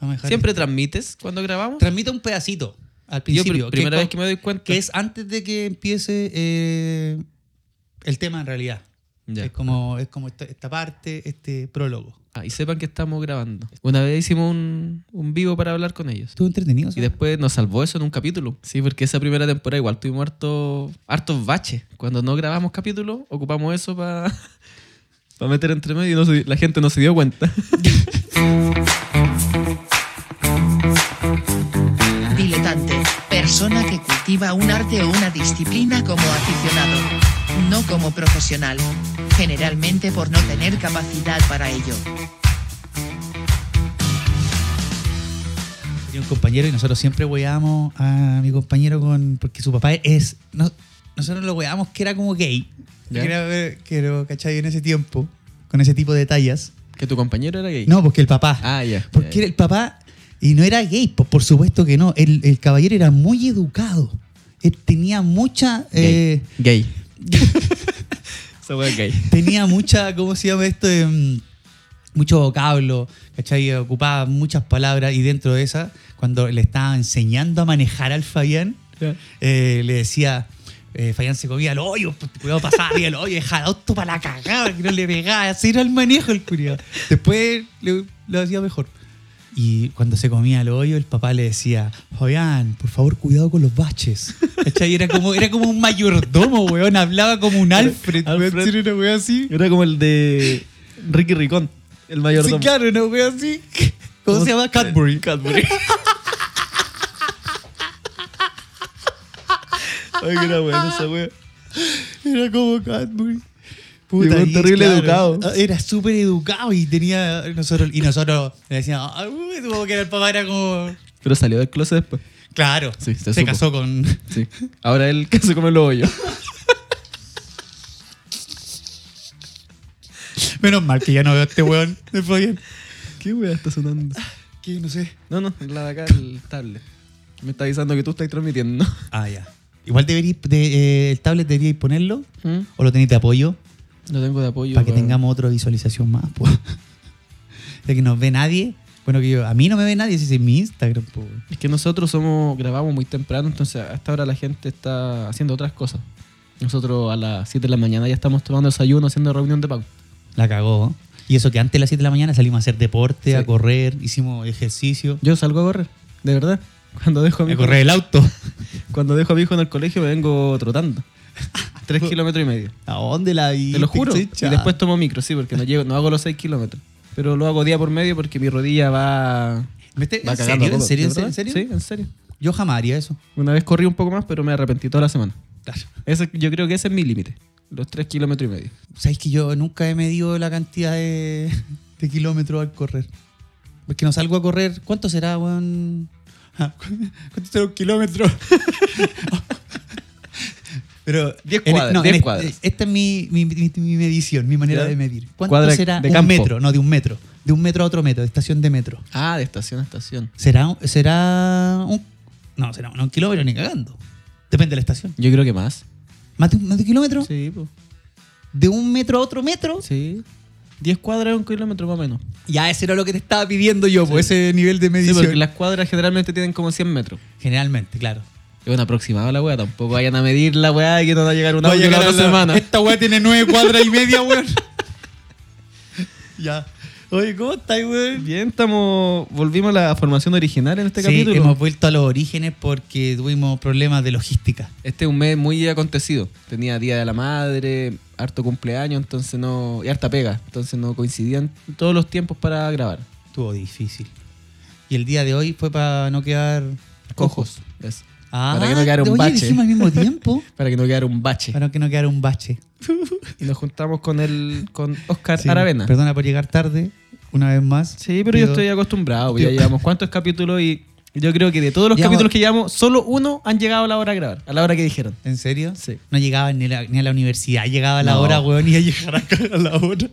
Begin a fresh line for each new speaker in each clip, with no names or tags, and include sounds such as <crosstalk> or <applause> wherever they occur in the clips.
Vamos a dejar
¿Siempre
esto.
transmites cuando grabamos?
transmite un pedacito al
Yo
principio.
pr- primera
es
vez que me doy cuenta.
que es antes de que empiece eh, el tema en realidad.
Ya.
Es como, es como esta, esta parte, este prólogo.
Ah, y sepan que estamos grabando. Una vez hicimos un, un vivo para hablar con ellos.
Estuvo entretenido.
Y
¿sabes?
después nos salvó eso en un capítulo. Sí, porque esa primera temporada igual tuvimos harto, hartos baches. Cuando no grabamos capítulos, ocupamos eso <laughs> para meter entre medio y no se- la gente no se dio cuenta. <laughs>
Diletante, persona que cultiva un arte o una disciplina como aficionado. No como profesional. Generalmente por no tener capacidad para ello.
Tenía un compañero y nosotros siempre weábamos a mi compañero con. Porque su papá es. no- nosotros lo weábamos que era como gay.
Ya.
Que era, que era, ¿cachai? En ese tiempo, con ese tipo de tallas.
Que tu compañero era gay.
No, porque el papá.
Ah, ya.
porque
ya,
era el papá. Y no era gay, pues, por supuesto que no. El, el caballero era muy educado. Él tenía mucha.
ya.
eh,
Gay. <laughs> Gay. Esa wea es gay.
tenía mucha, <laughs> ¿cómo se llama esto? Em, mucho vocablo, ¿cachai? Ocupaba muchas palabras y dentro de esas, cuando le estaba enseñando a manejar al Fabián, eh, le decía, eh, Fabián se comía el hoyo, pues, cuidado, pasaba arriba el hoyo, dejaba el auto para la cagada, que no le pegaba, así era el manejo el culiado. Después le- lo hacía mejor. Y cuando se comía el hoyo, el papá le decía, Fabián, por favor, cuidado con los baches. ¿Cachai? Era como, era como un mayordomo, weón. Hablaba como un Alfred. weón.
Alfred.
Era una weá así.
Era como el de Ricky Ricón, el
Sí,
mayordomo.
claro, una weá así. ¿Cómo se llama? Cadbury.
Cadbury. <laughs> Ay, que era bueno esa wea.
Era como Cadbury.
Y un
y ah,
terrible educado.
Era súper educado y tenía. Nosotros, y nosotros le decíamos, "Ah, uy", como que el papá era como.
Pero salió del closet después.
Claro,
Sí, se
se,
supo.
casó con. <laughs>
Sí. Ahora él <laughs> que se come los hoyos.
Menos mal que ya no veo a este weón. <laughs> de Fabián.
¿Qué wea está sonando?
Que no sé.
No, no, la de acá, <laughs> el tablet. Me está avisando que tú estás transmitiendo.
Ah, ya. Igual deberí, de- eh, el tablet deberíais ponerlo. ¿O lo tenéis de apoyo?
No ¿Mm? tengo de apoyo.
para que tengamos otra visualización más, po. <laughs> Ya que no ve nadie. Bueno, que yo, a mí no me ve nadie si es en mi Instagram, po.
Es que nosotros somos grabamos muy temprano, entonces hasta ahora la gente está haciendo otras cosas. Nosotros a las 7 de la mañana ya estamos tomando desayuno, haciendo reunión de pago.
La cagó. Y eso que antes de las 7 de la mañana salimos a hacer deporte,
Sí.
a correr, hicimos ejercicio.
Yo salgo a correr, de verdad. Cuando dejo a mi
A
hijo,
correr el auto. <laughs>
cuando dejo a mi hijo en el colegio me vengo <laughs> trotando. Tres kilómetros y medio.
¿A dónde la vi?
Te lo juro. Y
Chicha?
después tomo micro, sí, porque no llego, no hago los seis kilómetros. Pero lo hago día por medio porque mi rodilla va.
¿Me esté-
va
¿En
cagando
serio?
a
¿En serio?
poco, ¿de
¿En serio? ¿En
verdad?
serio?
Sí, en serio.
Yo jamás haría eso.
Una vez corrí un poco más, pero me arrepentí toda la semana.
Claro.
Ese, yo creo que ese es mi límite. Los tres kilómetros y medio.
Sabéis que yo nunca he medido la cantidad de, de kilómetros al correr. Porque no salgo a correr. ¿Cuánto será, weón? Ah,
<laughs>
¿Cuánto será un kilómetro? <laughs> Pero.
Diez
en- e-
cuadras,
no,
diez
en-
cuadras.
Esta es mi, mi, mi- mi medición, mi manera
¿Ya?
de medir. ¿Cuánto
Cuadra
será
de
un
campo.
metro? No, de un metro. De un metro a otro metro, de estación de metro.
Ah, de estación a estación.
¿Será, un- será un. No, será no, un kilómetro ni cagando. Depende de la estación.
Yo creo que más.
¿Más de un, más de un kilómetro?
Sí, pues.
¿De un metro a otro metro?
Sí. 10 cuadras es un kilómetro más o menos.
Ya, ese era lo que te estaba pidiendo yo, pues, ese nivel de
Sí,
medición.
porque las cuadras generalmente tienen como 100 metros.
Generalmente, claro.
Es un aproximado la weá, tampoco vayan a medir la weá y que no va a llegar una
No,
audio
llegar
la
a
otra
la-
semana.
Esta weá tiene nueve cuadras y media, weón. <laughs> ya. Oye, ¿cómo estás, weón?
<laughs> Bien, estamos. Volvimos a la formación original en este
Sí,
capítulo.
hemos vuelto a los orígenes porque tuvimos problemas de logística.
Este es un mes muy acontecido. Tenía Día de la Madre, harto cumpleaños, entonces no. y harta pega. Entonces no coincidían todos los tiempos para grabar.
Estuvo difícil. Y el día de hoy fue para no quedar
Cojos. eso.
Ah,
Para que no quedara un
oye,
bache.
dijimos al mismo
<laughs>
tiempo.
Para que no quedara un bache.
para que no quedara un bache.
Y nos juntamos con el. con Oscar
Sí,
Aravena.
Perdona por llegar tarde, una vez más.
Sí, pero yo
Pido-
estoy acostumbrado. pues, Ya
Pido-
llevamos cuántos capítulos y yo creo que de todos los
Llevamos-
capítulos que llevamos, solo uno han llegado a la hora de grabar, a la hora que dijeron.
¿En serio?
Sí.
No llegaba ni, la- ni a la universidad, llegaba a la
No.
hora, weón, y a llegar acá a la hora.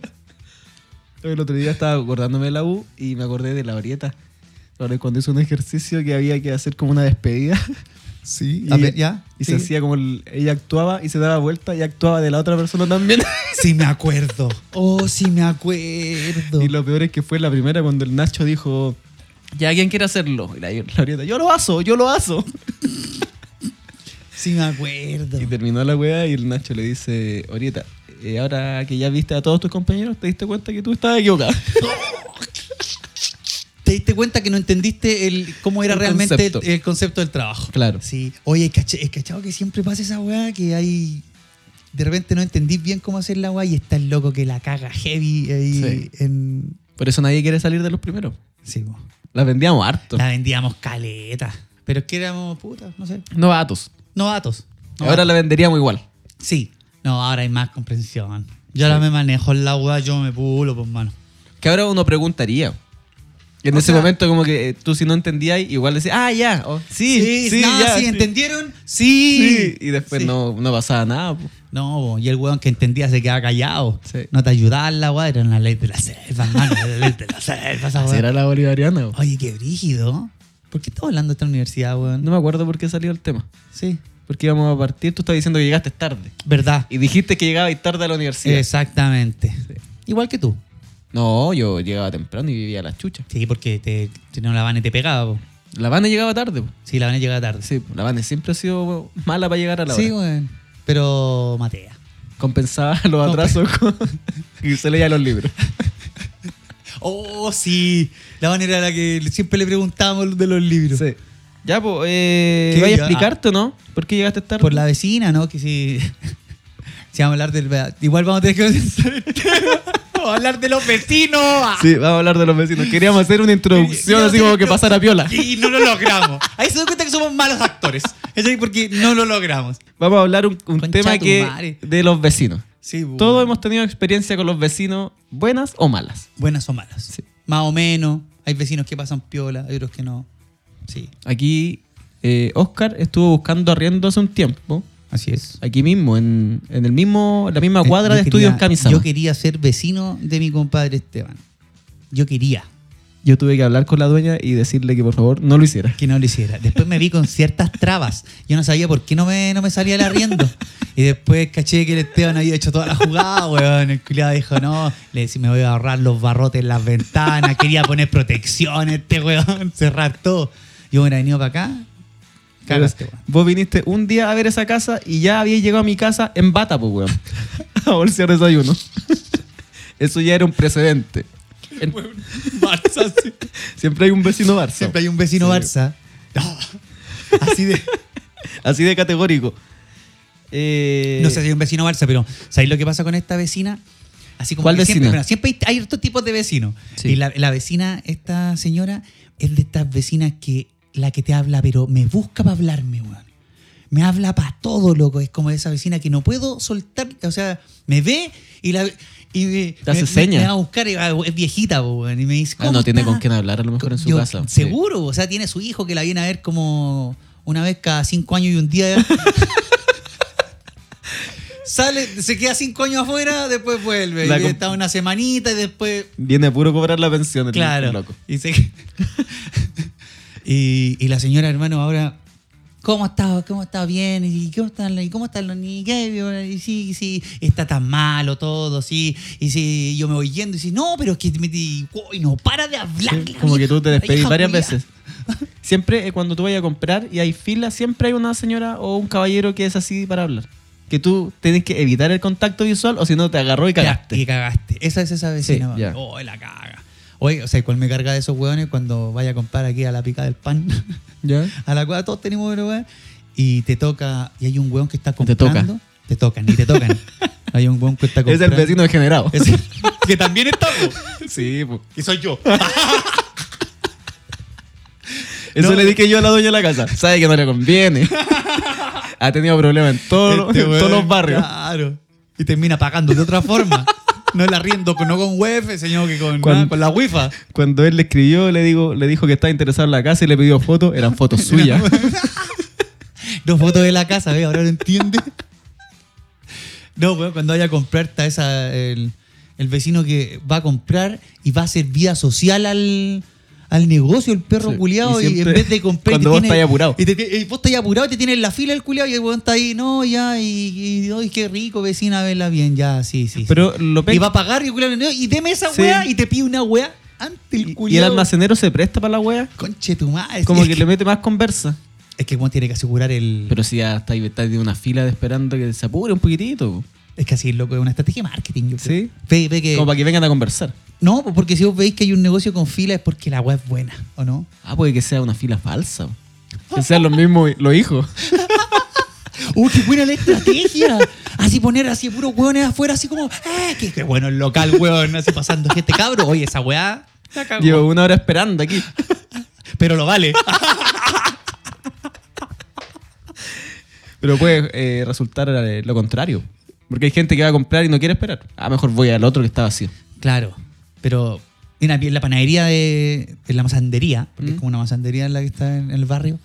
El otro día estaba acordándome de la U y me acordé de la orieta. Ahora, cuando hizo un ejercicio que había que hacer como una despedida. <laughs>
Sí,
Y,
a ver, ya.
Y
Sí.
se hacía como el- ella actuaba y se daba vuelta y actuaba de la otra persona también. <laughs>
Sí, me acuerdo. Oh, sí, me acuerdo.
y lo peor es que fue la primera cuando el Nacho dijo: Ya alguien quiere hacerlo. Y la Glorieta, yo lo hago, yo lo hago.
Sí, me acuerdo.
Y terminó la weá y el Nacho le dice, Orieta, eh, ahora que ya viste a todos tus compañeros, te diste cuenta que tú estabas equivocado. <laughs>
¿Te diste cuenta que no entendiste el, cómo era
El
realmente
concepto.
El, el concepto del trabajo?
Claro.
Sí. Oye, cacha- es cachado que siempre pasa esa weá que hay. De repente no entendís bien cómo hacer la weá y está el loco que la caga heavy ahí en.
Por eso nadie quiere salir de los primeros.
Sí, po.
Las vendíamos harto.
La vendíamos caleta. Pero es que éramos putas, no sé.
Novatos.
Novatos. Novatos.
Ahora la venderíamos igual.
Sí. No, ahora hay más comprensión. Yo ahora me manejo en la weá, yo me pulo, pues mano.
Que ahora uno preguntaría. Y en
O
ese
sea-
momento como que eh, tú si no entendías, igual decías, ah, ya. oh, sí, sí,
no,
ya,
sí,
sí".
¿entendieron?
Sí,
Sí.
Y después
Sí.
No, no pasaba nada. po.
No, bo, y el weón que entendía se quedaba callado.
Sí.
No te ayudaba la weá, era una ley de la selva, hermano, era la ley de la selva esa
<laughs> Así
weá.
era la bolivariana. po.
Oye, qué brígido. ¿Por qué estamos hablando de esta universidad, weón?
No me acuerdo por qué salió el tema.
Sí,
Porque íbamos a partir, tú estabas diciendo que llegaste tarde.
verdad.
Y dijiste que llegabas tarde a la universidad.
Exactamente. Igual que tú.
No, yo llegaba temprano y vivía a las chuchas.
Sí, porque te, si no la van y te pegaba, bo.
La Vane llegaba tarde. po.
Sí, la van a llegar tarde.
Sí, po, la Vane siempre ha sido mala para llegar a la
Sí,
hora.
weón. Pero Matea.
Compensaba los atrasos con... <laughs> y se leía los libros.
Oh, sí. La van era la que siempre le preguntábamos de los libros.
Sí. Ya, pues, eh,
¿Qué?
¿vaya a
Ya,
explicarte o no? ¿Por qué llegaste tarde?
Por la vecina, ¿no? Que si. <laughs> Si vamos a hablar del. Igual vamos a tener que. <laughs> pensar el tema. vamos a hablar de los vecinos.
Sí, vamos a hablar de los vecinos. Queríamos hacer una introducción
Queríamos
así como
hacer
que
intro-
pasara piola.
Y no lo logramos. Ahí se dan cuenta que somos malos actores. Es decir, porque no lo logramos.
Vamos a hablar un, un
Concha
tema
tu
que
madre.
de los vecinos.
Sí, bu-
Todos hemos tenido experiencia con los vecinos, buenas o malas.
Buenas o malas.
Sí.
Más o menos. Hay vecinos que pasan piola, hay otros que no. Sí.
Aquí eh, Oscar estuvo buscando arriendo hace un tiempo,
Así es.
aquí mismo, en, en el mismo, en la misma cuadra
Eh, Yo
de
quería-
estudios Camisama.
Yo quería ser vecino de mi compadre Esteban. Yo quería.
Yo tuve que hablar con la dueña y decirle que por favor no lo hiciera.
que no lo hiciera. Después me vi con ciertas trabas. Yo no sabía por qué no me, no me salía el arriendo. Y después caché que el Esteban había hecho toda la jugada, weón. El culiado dijo, no, le decí, me voy a ahorrar los barrotes en las ventanas. Quería poner protección a este weón, cerrar todo. Yo hubiera venido para acá. Cagaste, weón.
Vos viniste un día a ver esa casa y ya habías llegado a mi casa en bata, pues, <laughs> weón. a bolsear desayuno. <laughs> Eso ya era un precedente. En- <laughs> Siempre hay un vecino Barça.
Siempre hay un vecino
Sí.
Barça. Ah, así de...
<laughs> Así de categórico. Eh,
No sé si hay un vecino Barça, pero ¿sabéis lo que pasa con esta vecina? Así como
¿Cuál
que siempre,
vecina?
mira, siempre hay, hay estos tipos de vecinos.
Sí.
Y la, la vecina, esta señora, es de estas vecinas que la que te habla, pero me busca para hablarme, weón. Me habla para todo, loco. Es como esa vecina que no puedo soltar. O sea, me ve y la. Y me,
Te hace
me-
señas.
me va a buscar y ah, es viejita, po, weón. Y me dice.
Ah,
¿cómo
no tiene
está?
con quién hablar a lo mejor en su
Yo-
casa.
Seguro, o sea, tiene su hijo que la viene a ver como una vez cada cinco años y un
<laughs>
día. Sale, se queda cinco años afuera, después vuelve.
La
y
com-
está una semanita y después.
Sí. Viene a puro cobrar la pensión. el-
Claro.
el loco.
Y, se- <laughs> y, y la señora, hermano, ahora. ¿Cómo estás? ¿Cómo estás? Bien. ¿Y cómo están, los- y cómo están los niños? ¿Qué? Y sí, sí, está tan malo todo, sí. Y sí, yo me voy yendo. Y sí, no, pero es que me, y, uy, no para de hablar. la
Como que tú
vieja-
te
la
despedís
vieja
varias
culiá.
veces. <laughs> Siempre eh, cuando tú vayas a comprar y hay fila, siempre hay una señora o un caballero que es así para hablar. Que tú tienes que evitar el contacto visual o si no te agarró y cagaste.
Y cagaste. Esa es esa vecina.
Sí,
mami.
ya.
Oh, la caga. Oye, o sea, ¿cuál me carga de esos hueones cuando vaya a comprar aquí a la pica del pan? <laughs>
¿Ya?
a la cual todos tenemos una weá. Y te toca, y hay un hueón que está
Te toca.
comprando. Te, tocan, y te tocan. hay un hueón que está
Es
comprando.
el vecino degenerado. <laughs>
Es- que también está, po.
Sí, po.
que soy yo.
Eso
No.
le dije yo a la dueña de la casa. Sabe que no le <laughs> conviene. ha tenido problemas en, todo lo-
Este
en
weón,
todos los barrios.
Claro. Y termina pagando de otra forma. No la riendo con, no con UEF, sino que con,
Cuando-
ah, con la WIFA.
Cuando él le escribió, le, digo, le dijo que estaba interesado en la casa y le pidió fotos. Eran fotos suyas.
Dos fotos de la casa, ¿ves? Ahora lo entiende. No, weón, cuando vaya a comprar está esa, el, el vecino que va a comprar y va a hacer vía social al, al negocio, el perro
Sí,
culiado,
y
y, en
siempre
vez de comprar... y
cuando
te
vos
tiene-
estás apurado.
Y, te, y vos estás apurado, te tiene en la fila el culiado y el weón está ahí, no, ya, y, y ay, qué rico, vecina, verla bien, ya, sí, sí. sí.
<laughs> Pero lo
y
peor
va a pagar y el culiao, no, y deme esa
Sí.
weá y te pide una weá ante el
Y el
culiao.
almacenero se presta para la wea.
Conche tu madre.
Como
es
que le mete más conversa.
es que Juan tiene que asegurar el.
Pero si ya estáis estáis de una fila de esperando que se apure un poquitito.
es que así es loco, es una estrategia de marketing. Yo creo.
Sí.
Ve, ve que.
Como para que vengan a conversar.
No, pues porque si vos veis que hay un negocio con fila es porque la web es buena, ¿o no?
Ah, puede que sea una fila falsa. po. Que sean los mismos, los hijos.
¡Uy, ¡Uh, qué buena la
<laughs>
estrategia! Así poner así puros hueones afuera, así como, ¡ah! Qué, qué bueno el local, hueón! Así pasando gente cabro. Oye, esa weá. <laughs> la cagó.
Llevo una hora esperando aquí.
Pero lo
<laughs>
vale.
Pero puede eh, resultar eh, lo contrario. Porque hay gente que va a comprar y no quiere esperar. Ah, mejor voy al otro que está vacío.
Claro, pero mira, en la panadería de. en la masandería, porque
Mm.
es como una masandería en la que está en, en el barrio,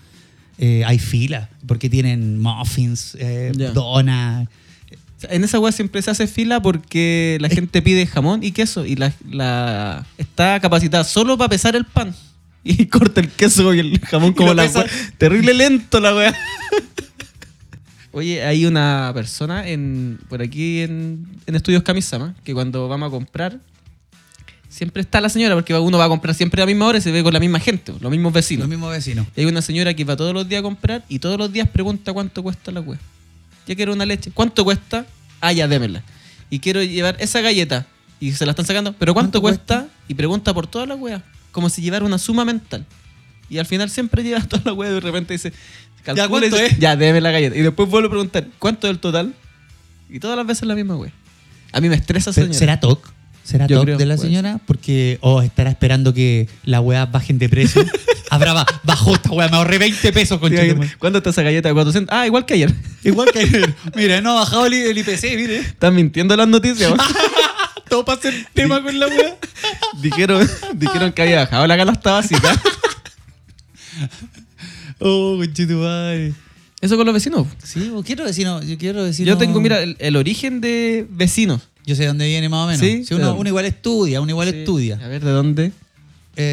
eh, hay fila, porque tienen muffins, eh,
Ya.
donas.
O sea, En esa weá siempre se hace fila porque la gente pide jamón y queso y la, la- está capacitada solo para pesar el pan. Y <laughs> corta el queso y el jamón como
lo
la
pesa.
weá. Terrible lento la weá. <laughs> Oye, hay una persona en, por aquí en, en Estudios Kamisama que cuando vamos a comprar siempre está la señora porque uno va a comprar siempre a la misma hora y se ve con la misma gente, los mismos vecinos.
Los mismos vecinos.
Y hay una señora que va todos los días a comprar y todos los días pregunta cuánto cuesta la wea. Ya quiero una leche. ¿Cuánto cuesta? Ah, ya, démela. Y quiero llevar esa galleta. Y se la están sacando. ¿Pero cuánto,
¿Cuánto cuesta?
cuesta? Y pregunta por todas las weas. Como si llevara una suma mental. Y al final siempre lleva <laughs> toda la wea y de repente dice... calcula y
¿cuánto
dice,
es?
Ya, déme la galleta. Y después vuelve a preguntar ¿cuánto es el total? Y todas las veces la misma wea. A mí me estresa esa
Pero,
señora.
¿Será TOC? ¿Será
Yo
TOC
creo,
de la
puede
señora? Porque, oh, estará esperando que la weá bajen de
<laughs>
precio. Habrá ba- bajó esta weá, me ahorré 20 pesos con
¿Cuánto está esa galleta? 400. Ah, igual que ayer. <laughs>
Igual que ayer. <laughs> Mira, no ha bajado el, el IPC, mire.
Están mintiendo las
<laughs>
noticias. weón.
Todo para hacer tema con la weá.
<laughs> Dijeron, dijeron que había bajado la canasta básica.
Oh, conchetumare.
<laughs> Eso con los vecinos.
Sí, vos quiero decir, no, yo quiero decir.
Yo
no-
tengo, mira, el, el origen de vecinos.
Yo sé dónde viene más o menos.
Sí,
Si
de
uno,
dónde.
uno igual estudia, uno igual
Sí. A
estudia.
ver, ¿de dónde?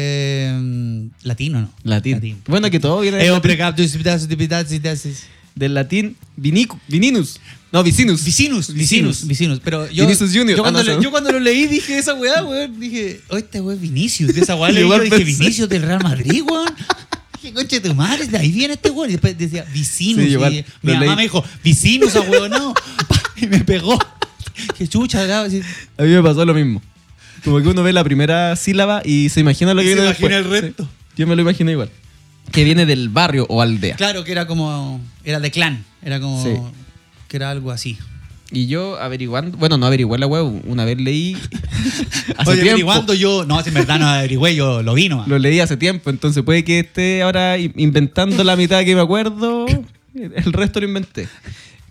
Eh, latino, ¿no?
Latín. Bueno, que todo viene
Eh,
del latín,
hombre, captus, pitazus, tipitazus, pitazus.
del latín vinicu- vininus. No, vicinus.
Vicinus,
Vicinus.
Vicinus, Vicinus. Pero yo,
Vinicius
yo,
Junior. Ah,
cuando
no,
le-
no.
yo cuando lo leí dije esa weá, weón. Dije, oh, este weón es Vinicius. De
<laughs>
esa weá leí, yo
Igual
dije,
pensé.
Vinicius del Real Madrid, weón. <laughs> Dije, conche tu madre, de ahí viene este weón. Y después decía, Vicinus.
Sí, igual,
y
lo
mi mamá
leí.
me dijo, Vicinus, a weón, no. <laughs> Y me pegó. <laughs> Que chucha, ¿verdad? Así-
A mí me pasó lo mismo. Como que uno ve la primera sílaba y se imagina lo
Y
que
se
viene
imagina
después.
el resto.
Sí. Yo me lo imagino igual. Que viene del barrio o aldea.
Claro que era como. Era de clan. Era como.
Sí.
Que era algo así.
Y yo averiguando, bueno, no averigué la web, una vez leí <laughs> hace
Oye,
tiempo.
averiguando yo. No, si en verdad no averigüé, yo lo vi nomás.
Lo leí hace tiempo, entonces puede que esté ahora i- inventando la mitad que me acuerdo. El resto lo inventé.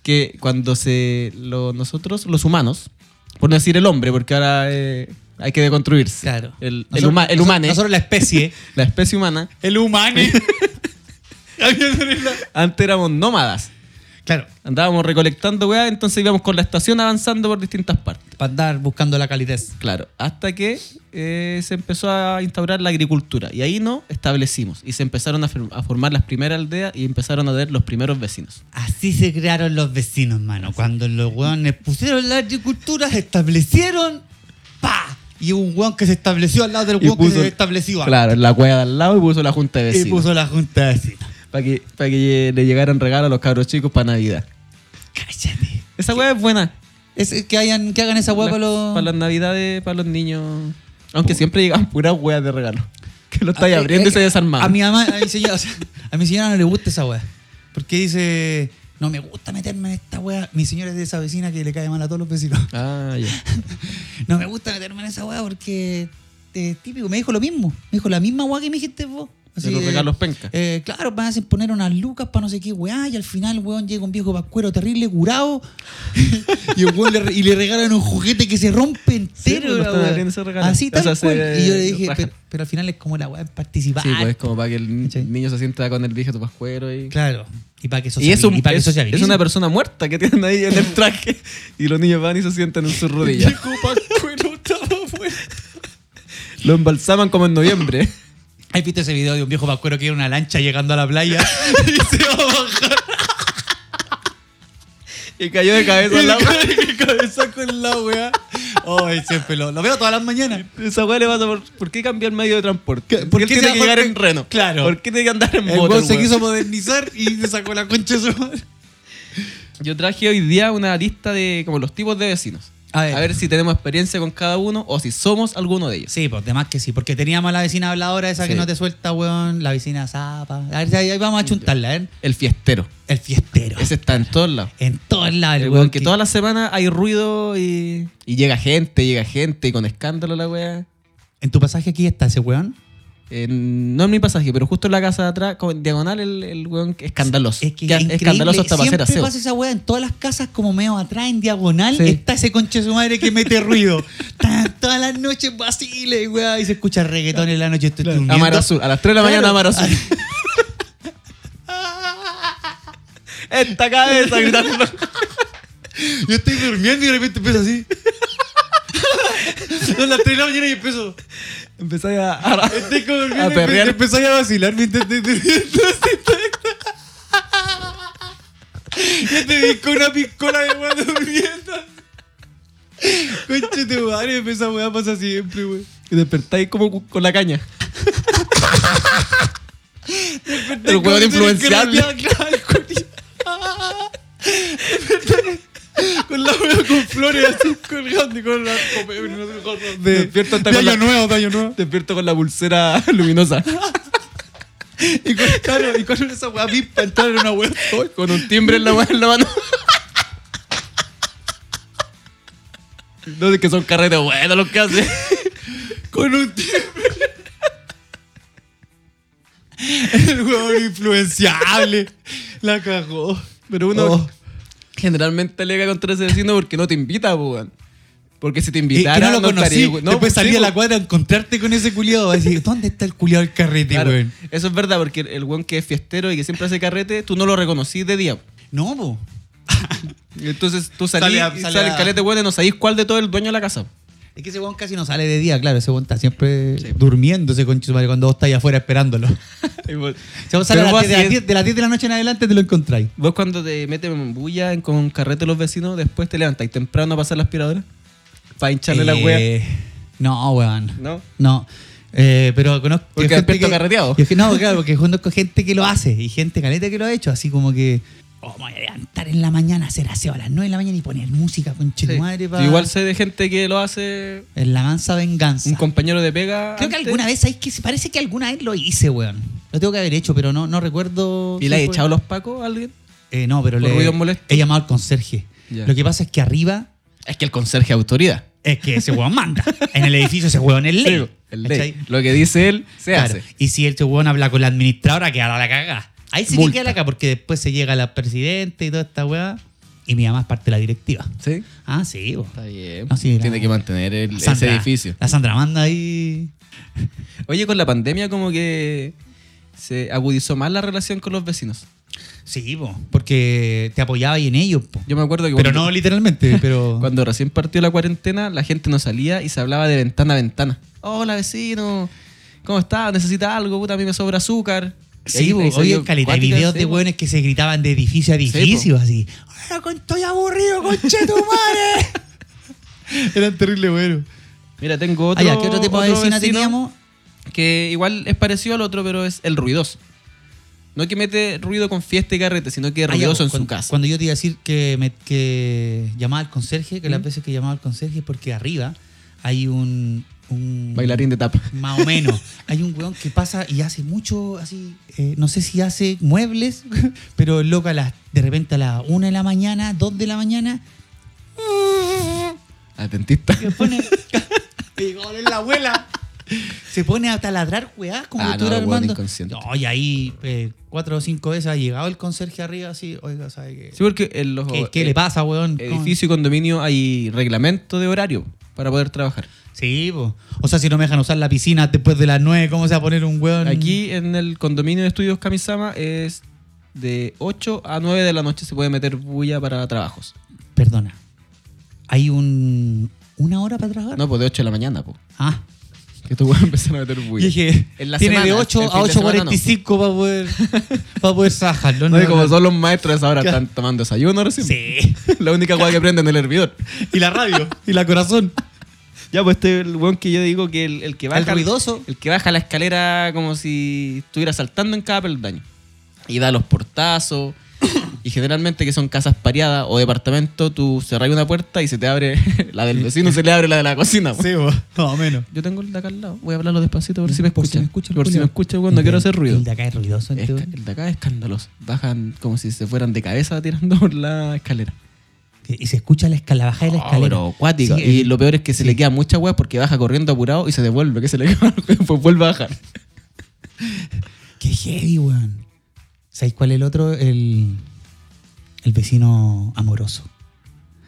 Que cuando se lo- nosotros, los humanos, por no decir el hombre, porque ahora eh, hay que deconstruirse.
Claro.
El, el,
Nosotros-
huma- el
nosotros-
humane,
Nosotros la especie.
la especie humana,
El humane.
<laughs> antes éramos nómadas.
claro,
Andábamos recolectando weá, entonces íbamos con la estación avanzando por distintas partes.
para andar buscando la calidez.
Claro, hasta que eh, se empezó a instaurar la agricultura y ahí nos establecimos y se empezaron a, fer- a formar las primeras aldeas y empezaron a ver los primeros vecinos.
Así se crearon los vecinos, mano. Cuando los hueones pusieron la agricultura, se establecieron. ¡Pa! Y hubo un hueón que se estableció al lado del
Y
hueón que
puso-
se estableció. antes.
Claro, en la cueva de al lado y puso la junta de
Y
vecinos.
puso la junta de vecinos.
Para que, pa' que le llegaran regalos a los cabros chicos para Navidad.
Cállate.
Esa hueá es buena.
Es que, hayan, que hagan esa hueá para los.
Para las Navidades, para los niños. Aunque siempre llegaban puras hueas de regalo. <laughs> Que lo estáis abriendo y se
Ah, eh, A
desarmaba.
mi mamá, a mi señora, <laughs> o sea, a mi señora no le gusta esa weá. Porque dice, no me gusta meterme en esta weá. Mi señora es de esa vecina que le cae mal a todos los vecinos.
Ah, ya.
No me gusta meterme en esa weá porque es típico. Me dijo lo mismo. Me dijo la misma weá que me dijiste vos.
De los
de,
regalos penca.
eh, claro, me hacen poner unas lucas para no sé qué weá. Y al final, weón, llega un viejo pascuero terrible, curado. <laughs> y, el weón le, re- y le regalan un juguete que se rompe entero. la
pues, no están
weá.
abriendo ese regalo.
Así
O
tal
sea, se-
cual. Y yo le dije,
rajan.
pero, pero al final es como la weá participada.
Sí, pues es como para que el ni-
¿Cachai?
niño se sienta con el viejo pascuero y.
Claro. Y para que
Y es,
sociabilice.
un-
Y, para que
es, es
sociabilice.
una persona muerta que tienen ahí en el traje y los niños van y se sientan en <laughs> sus rodillas. Lo embalsaman como en noviembre.
¿Has visto ese video de un viejo pascuero que era una lancha llegando a la playa <laughs> y se va a bajar
<laughs> y cayó de cabeza al agua.
y cabeza con la weá? Hoy siempre lo, lo veo todas las mañanas.
Esa weá le pasa por. ¿Por qué cambiar medio de transporte?
¿Qué- por
Si él
qué
tiene
se
que llegar
bajó en-
en reno?
Claro.
¿Por qué tiene que andar en
El
moto?
weón se
weón?
quiso modernizar y se sacó la concha de su madre.
Yo traje hoy día una lista de como los tipos de vecinos.
A ver.
si tenemos experiencia con cada uno o si somos alguno de ellos.
Sí, pues demás que sí, porque teníamos a la vecina habladora esa que
Sí.
no te suelta, weón, la vecina zapa. A ver, ahí, ahí vamos a chuntarla, ¿eh?
El fiestero.
El fiestero.
Ese está en todos lados.
En todos lados,
Ah, El weón que toda la semana hay ruido y, y llega gente, llega gente y con escándalo la weá.
En tu pasaje aquí está ese weón.
En- no en mi pasaje, pero justo en la casa de atrás, como en diagonal, el, el weón que- escandaloso.
Es que
Que-
es increíble.
escandaloso hasta para hacer
Siempre
aseo.
pasa esa weá en todas las casas, como medio atrás, en diagonal,
Sí.
está ese conche su madre que mete ruido. Ta- Todas las noches vacile, weá, y se escucha reggaetón en la noche. Estoy durmiendo.
Amar azul. A las 3 de la
Claro.
mañana,
<laughs>
Amar azul. Esta cabeza gritando.
Yo estoy durmiendo y de repente empiezo así. Son las 3 de la mañana y empiezo.
Empecé a, a-
Estoy como
A perrear.
Empecé a vacilar mientras te Ya te vi con una piscola de weá durmiendo. Conche tu madre, esa weá pasa siempre, weón.
Y despertáis como cu- con la caña. El
Como que tenés
hueón
que
influenciable.
rapear, claro, con- Con la weá <laughs> con flores así colgando y con la
Me despierto hasta con la-
nuevo, de año nuevo.
Despierto con la pulsera <laughs> luminosa.
<laughs> Y con, claro, y con esa weá pispa entrar en una weá.
Con un timbre en la, en la mano. No sé que son carretes buenos los que hacen.
Con un timbre.
<laughs>
El huevón influenciable. La cagó.
Pero uno
Oh.
generalmente alega contra ese vecino porque no te invita, po, weón. Porque si te
Y que
invitara,
no lo conocí.
estaría, weón. No,
Después
pues,
salí
sí,
a la
po.
cuadra a encontrarte con ese culiado. a decir, ¿dónde está el culiado del carrete,
Claro.
weón?
Eso es verdad, porque el- el weón que es fiestero y que siempre hace carrete, tú no lo reconocí de día. po.
No, po.
Entonces tú salís
Sale a-
y
sale
salen
a-
caleta de weón y no sabís cuál de todo es el dueño de la casa. po.
Es que ese weón casi no sale de día, claro. Ese weón está siempre
Sí.
durmiendo ese concho de su madre cuando vos estás allá afuera esperándolo.
Y vos-
Se vos sale a
Pero
las
vos
10 de las
así es.
10 de las 10 de la noche en adelante, te lo encontráis.
Vos cuando te metes en bulla en- con carrete los vecinos, después te levantas y temprano a pasar la aspiradora para hincharle la
Eh,
wea.
No, weón.
¿No?
No. Eh, pero conozco.
Porque
gente
despierto carreteado.
y es que- no, claro, porque conozco gente que lo hace y gente caleta que lo ha hecho, así como que. Oh, me voy a levantar en la mañana, hacer aseo a las 9 de la mañana y poner música con
Sí.
madre pa-
Yo Igual sé de gente que lo hace
En la mansa venganza.
un compañero de pega.
Creo que
antes.
alguna vez, ¿sabes qué? Parece que alguna vez lo hice, weón. Lo tengo que haber hecho, pero no, no recuerdo.
¿Y le has
si fue-
echado los pacos a alguien?
Eh, no, pero
por
le
ruidos molestos?
he llamado al conserje.
Ya.
Lo que pasa es que arriba
Es que el conserje es autoridad.
es que ese weón manda. En el edificio ese weón es ley.
Sí, el ley.
¿Cachai?
Lo que dice él se
Claro.
hace.
Y si este weón habla con la administradora, queda la cagada. Ahí sí que
Multa.
queda la cagada, porque después se llega la presidenta y toda esta weá. Y mi mamá es parte de la directiva.
¿Sí?
Ah, sí, weón.
Está bien.
No, sí,
Tiene
la-
que mantener el- ese
Sandra-
edificio.
La Sandra manda ahí.
Oye, con la pandemia como que se agudizó más la relación con los vecinos.
Sí, po, porque te apoyaba ahí en ellos, po.
Yo me acuerdo que
Pero
cuando-
no
<laughs>
literalmente, pero.
Cuando recién partió la cuarentena, la gente no salía y se hablaba de ventana a ventana. Hola, vecino. ¿Cómo estás? ¿Necesita algo? Puta, a mí me sobra azúcar. pues,
Sí, po,
hoy
oye, caleta. Hay videos de
pues.
weones que se gritaban de edificio a
po.
edificio, así. "Ahora con- estoy aburrido, conche tu madre! Eran terrible bueno.
Mira, tengo <laughs> otro.
Ah, ya, ¿qué otro tipo de vecina
vecino
teníamos?
Que igual es parecido al otro, pero es el ruidoso. No que mete ruido con fiesta y carrete, sino que es
Ah, ya,
ruidoso en
cuando-
su casa.
Cuando yo te iba a decir que, me, que llamaba al conserje, que las
¿Mm?
veces que llamaba al conserje es porque arriba hay un... un
Bailarín de tapa. <laughs>
Más o menos. Hay un weón que pasa y hace mucho, así, eh, no sé si hace muebles, <laughs> pero el loco a las, de repente a las 1 de la mañana, 2 de la mañana, <laughs>
Atentista.
que pone... Pegón en la abuela. <laughs> Se pone a taladrar weá, como
Ah,
que tú
no,
eras
el weón
armando.
inconsciente.
No, y ahí eh, cuatro o cinco veces ha llegado el conserje arriba así, oiga, ¿sabe qué?
Sí, porque en los
¿Qué, qué le pasa, weón? ¿Cómo?
edificio y condominio hay reglamento de horario para poder trabajar.
Sí, po. o sea, si no me dejan usar la piscina después de las 9, ¿cómo se va a poner un weón?
Aquí en el condominio de estudios Kamisama es de 8 a 9 de la noche se puede meter bulla para trabajos.
Perdona. ¿Hay un. una hora para trabajar?
No, pues de 8 de la mañana, pues.
Ah.
Que tú puedes empezar a meter bulla.
Dije,
En la
tiene
semana,
de
el
8
fin
a
de semana
8.45 para poder, para poder sacarlo.
No,
No,
y como
no.
son los maestros ahora,
Claro.
<laughs> están tomando desayuno recién.
Sí.
La única cosa que prenden el hervidor.
Y la radio, y la corazón.
Ya, pues este es el weón que yo digo que el, el que baja.
El ruidoso.
El que baja la escalera como si estuviera saltando en cada peldaño. Y da los portazos. <coughs> y generalmente que son casas pareadas o departamentos, tú cerras una puerta y se te abre <laughs> la del vecino, se le abre la de la cocina. po.
Sí, vos. Más o menos.
Yo tengo el de acá al lado. Voy a hablarlo despacito por si me
Por si
escucha.
me escucha el
Por si me
culiao.
escucha, weón, no quiero hacer ruido.
El de acá es ruidoso.
Esca-
entonces.
El de acá es escandaloso. Bajan como si se fueran de cabeza tirando <laughs> por la escalera.
Y se escucha la escala, baja de la
Ah,
escalera.
pero acuática.
Sí,
y
el-
lo peor es que se le queda mucha weá porque baja corriendo apurado y se devuelve, que se le queda, <laughs> pues vuelve a bajar.
Qué heavy, weón. ¿Sabéis cuál es el otro? El, el vecino amoroso.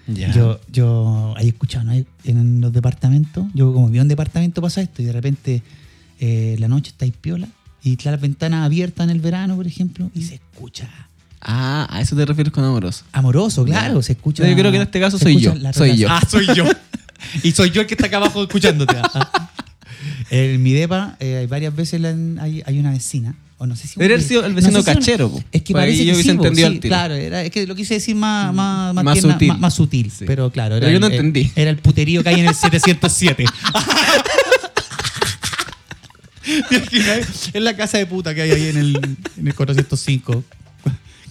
Yo, yo ahí escuchaba, ¿no? En los departamentos, yo como vi un departamento pasa esto y de repente eh, la noche estáis piola y está las ventanas abiertas en el verano, por ejemplo, y se escucha.
Ah, a eso te refieres con amoroso.
Amoroso, claro,
Ya.
se escucha.
No, yo creo que en este caso
se
soy
escucha
yo,
la
soy
relación.
yo.
Ah, soy yo.
<laughs>
y soy yo el que está acá abajo <laughs> escuchándote. Ah. en mi depa, eh, hay varias veces la- hay, hay una vecina, o no sé si. un
Debería haber
vecino.
sido el vecino
No sé si una-
cachero, po.
es que
Por ahí
parece
yo
que
hubiese
sí, po,
entendido
sí,
al tiro. Mm,
claro, era- es que lo quise decir más, más,
Más
tierna-
sutil.
más- más sutil,
Sí.
pero claro.
Pero yo no
el-
entendí.
Era el puterío que hay en el <laughs>
<laughs>
707. ¿Te imaginas? Es la casa de puta que hay ahí en el, en el 405.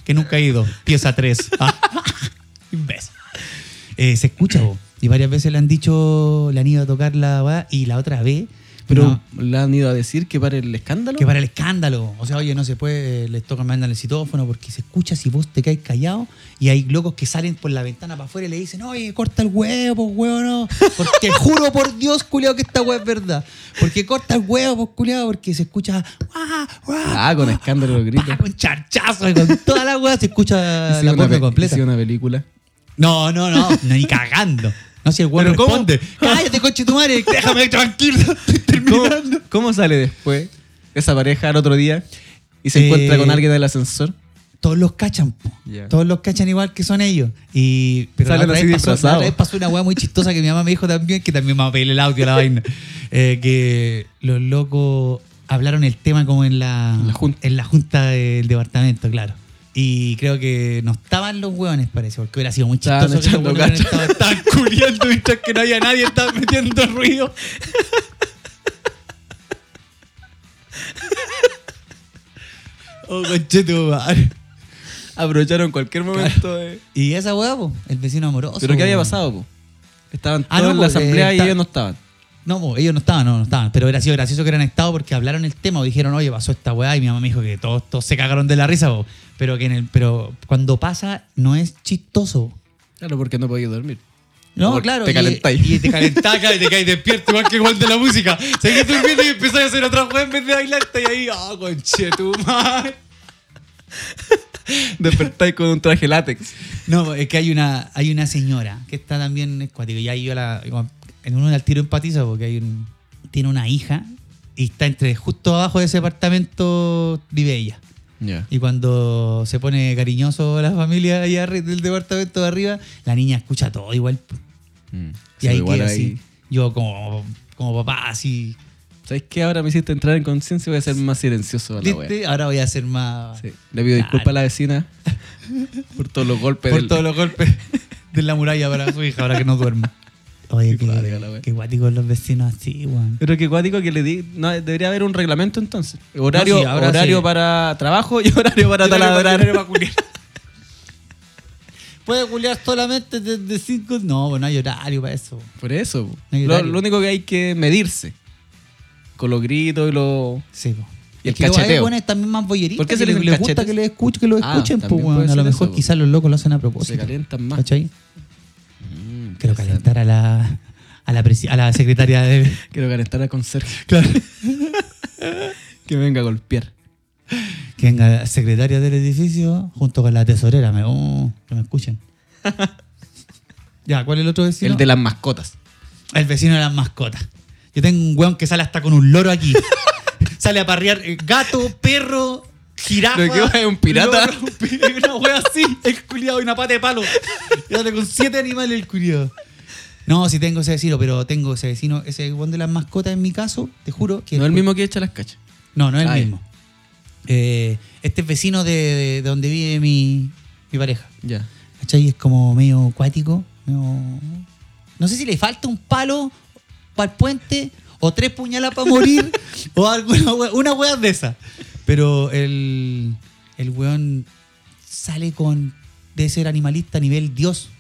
Que nunca he ido. Pieza 3. Imbécil. Eh, se escucha, vos. Y varias veces le han dicho, le han ido a tocar la weá, y la otra vez.
Pero
no,
le han ido a decir que para el escándalo.
que para el escándalo. O sea, oye, no se puede, eh, les toca mandan el citófono porque se escucha si vos te caes callado y hay locos que salen por la ventana para afuera y le dicen, oye, corta el huevo, pues, huevo, no. Porque juro por Dios, culiao, que esta hueá es verdad. Porque corta el huevo, pues, culiao, porque se escucha. "Guau, guau,
Ah, con escándalo
<laughs>
los gritos.
pa", con charchazo y con toda la hueá se
<laughs>
escucha la
una,
porno
pe-
completa.
hice una película.
No, no, no, <laughs> no, ni cagando. No, si el huevo
Pero ¿cómo?
responde. Cállate, coche tu madre, déjame tranquilo,
<laughs>
estoy
¿Cómo,
terminando.
cómo sale después esa pareja al otro día y se
Eh,
encuentra con alguien en el ascensor?
todos los cachan, po.
Ya.
todos los cachan igual que son ellos. Y pero la
Salen
otra,
así
vez pasó, la
disfrazados.
otra vez pasó una weá muy chistosa que mi mamá me dijo también, que también me va a pedir el audio a la
<laughs>
vaina. Eh, que los locos hablaron el tema como en la,
En la junta.
en la junta del departamento, claro. Y creo que no estaban los hueones, parece, porque hubiera sido muy
Estaban
chistoso que los
echando
hueones
cacho.
estaban, estaban
<laughs>
culiando mientras que no había nadie, estaban metiendo ruido. Oh, conchetu, madre.
Aprovecharon cualquier momento de.
Y esa hueá, po, el vecino amoroso.
¿Pero qué había
po.
pasado, po? Estaban
Ah,
todos
no,
en la
po, eh,
asamblea y
está-
ellos no estaban.
No, po, ellos no estaban, no, no estaban. Pero hubiera sido gracioso que hubieran estado porque hablaron el tema o dijeron, oye, pasó esta weá. Y mi mamá me dijo que todos, todos se cagaron de la risa, po. Pero que en el, pero cuando pasa, no es chistoso.
Claro, porque no podía dormir.
No,
Porque
claro.
te
y-
calentáis.
Y,
<laughs>
te calentás y te caes despierto, igual que igual de la música. Seguís durmiendo y empezás a hacer otra weá en vez de bailar. Y ahí, ah, conchetumar.
Despertáis con un traje látex.
No, es que hay una, hay una señora que está también escuática. Y ahí yo la. En uno del tiro empatiza porque hay un, tiene una hija y está entre justo abajo de ese apartamento vive ella.
Ya.
Y cuando se pone cariñoso la familia allá arri- del departamento de arriba, la niña escucha todo igual. Y Mm. ahí queda así. Yo como, como papá, así.
¿Sabes qué? Ahora me hiciste entrar en conciencia y voy a ser más silencioso a la wea.
¿Viste? Ahora voy a hacer más.
Sí. Le pido disculpas a
<laughs>
la vecina por todos los golpes.
Por
del-
todos los golpes de la muralla para su hija, ahora que no duerme. Oye,
<laughs> Qué
qué,
cuática la wea.
qué guáticos los vecinos así, weón.
Pero qué cuático que le di. No, debería haber un reglamento entonces. Horario,
sí, ahora
horario
sí.
para trabajo y <laughs> horario para taladrar.
Puede culiar solamente desde 5. No, pues no hay horario para eso.
<laughs> Por eso. po.
No hay
Lo,
horario.
lo único que hay que medirse. Con los gritos y los.
Sí, po.
Y el
Es que luego hay
cacheteo.
buenos también más boyeristas.
¿Por qué se
que
les dicen
gusta
cachetes?
que, les escuche, que lo
Ah,
escuchen? pues,
también
weón.
puede
a lo
ser
mejor
eso, po.
quizás los locos lo hacen a propósito.
Se calientan más.
¿Cachai?
Mm,
Quiero calentar a la, a la, presi-
<laughs>
a la secretaria de.
Quiero calentar a conserje. <laughs> que venga a golpear.
<laughs> Que venga la secretaria del edificio junto con la tesorera. Me, oh, que me
<laughs>
escuchen. ya, ¿cuál es el otro vecino?
el de las mascotas.
El vecino de las mascotas. Yo tengo un weón que sale hasta con un loro aquí. <laughs> sale a parrear eh, gato, perro, jirafa.
¿Pero qué weón es, un pirata?
loro, <laughs> un pi- una wea así, el culiado y una pata de palo. Y sale con siete animales el culiado. No, sí tengo ese vecino, pero tengo ese vecino, ese weón de las mascotas en mi caso, te juro que.
No es el mismo que echa las cachas.
No, no es el
Ay.
mismo. Eh, este es vecino de, de donde vive mi, mi pareja.
Ya.
¿Cachai? Es como medio acuático. medio- No sé si le falta un palo para el puente o tres puñaladas para
<laughs>
morir o alguna wea- una wea de esas. Pero el, el weón sale con de ser animalista a nivel Dios.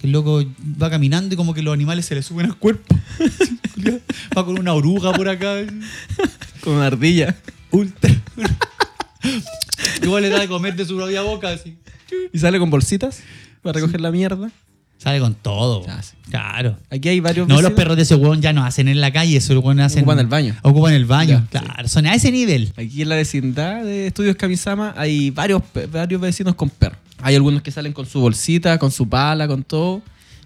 Que el loco va caminando y como que los animales se le suben al cuerpo. <laughs> va con una oruga por acá.
Con una ardilla.
Ultra. Igual le da de comer de su propia boca así.
Y sale con bolsitas para recoger la mierda.
Sale con todo.
Ya, sí.
Claro.
Aquí hay varios.
No, los
vecinos.
perros de ese hueón ya no hacen en la calle, esos hueones hacen.
Ocupan el baño.
Ocupan el baño,
Ya, sí.
claro. Son a ese nivel.
Aquí en la vecindad de Estudios Kamisama hay varios, pe- varios vecinos con perros. Hay algunos que salen con su bolsita, con su pala, con todo.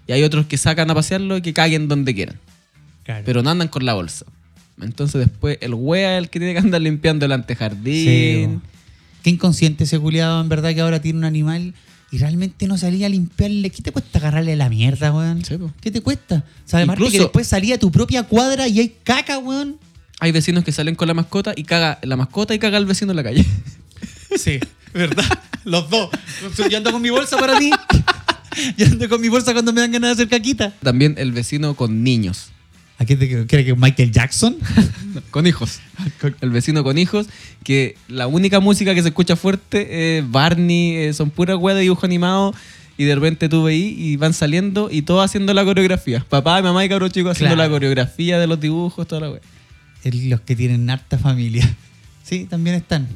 Y hay otros que sacan a pasearlo y que caguen donde quieran. Pero no andan con la bolsa. Entonces después el wea es el que tiene que andar limpiando el
Sí,
antejardín.
bo. Qué inconsciente ese culiado, en verdad, que ahora tiene un animal y realmente no salía a limpiarle. ¿Qué te cuesta agarrarle la mierda, weón?
Sí, bo.
¿Qué te cuesta? O sea, además de que
Incluso-
después salía a tu propia cuadra y hay caca, weón.
hay vecinos que salen con la mascota y caga la mascota y caga el vecino en la calle. <laughs>
Sí, ¿verdad? <laughs> Los dos. Yo ando con mi bolsa para ti. <laughs> Yo ando con mi bolsa cuando me dan ganas de hacer caquita.
También el vecino con niños,
¿A qué te crees que Michael Jackson?
con hijos. <laughs> El vecino con hijos, que la única música que se escucha fuerte es Barney, eh, son pura weas de dibujo animado. Y de repente tú veí y van saliendo y todos haciendo la coreografía. Papá, y mamá y cabros chicos haciendo
Claro.
la coreografía de los dibujos, toda la wea.
El- los que tienen harta familia. <laughs> Sí, también están.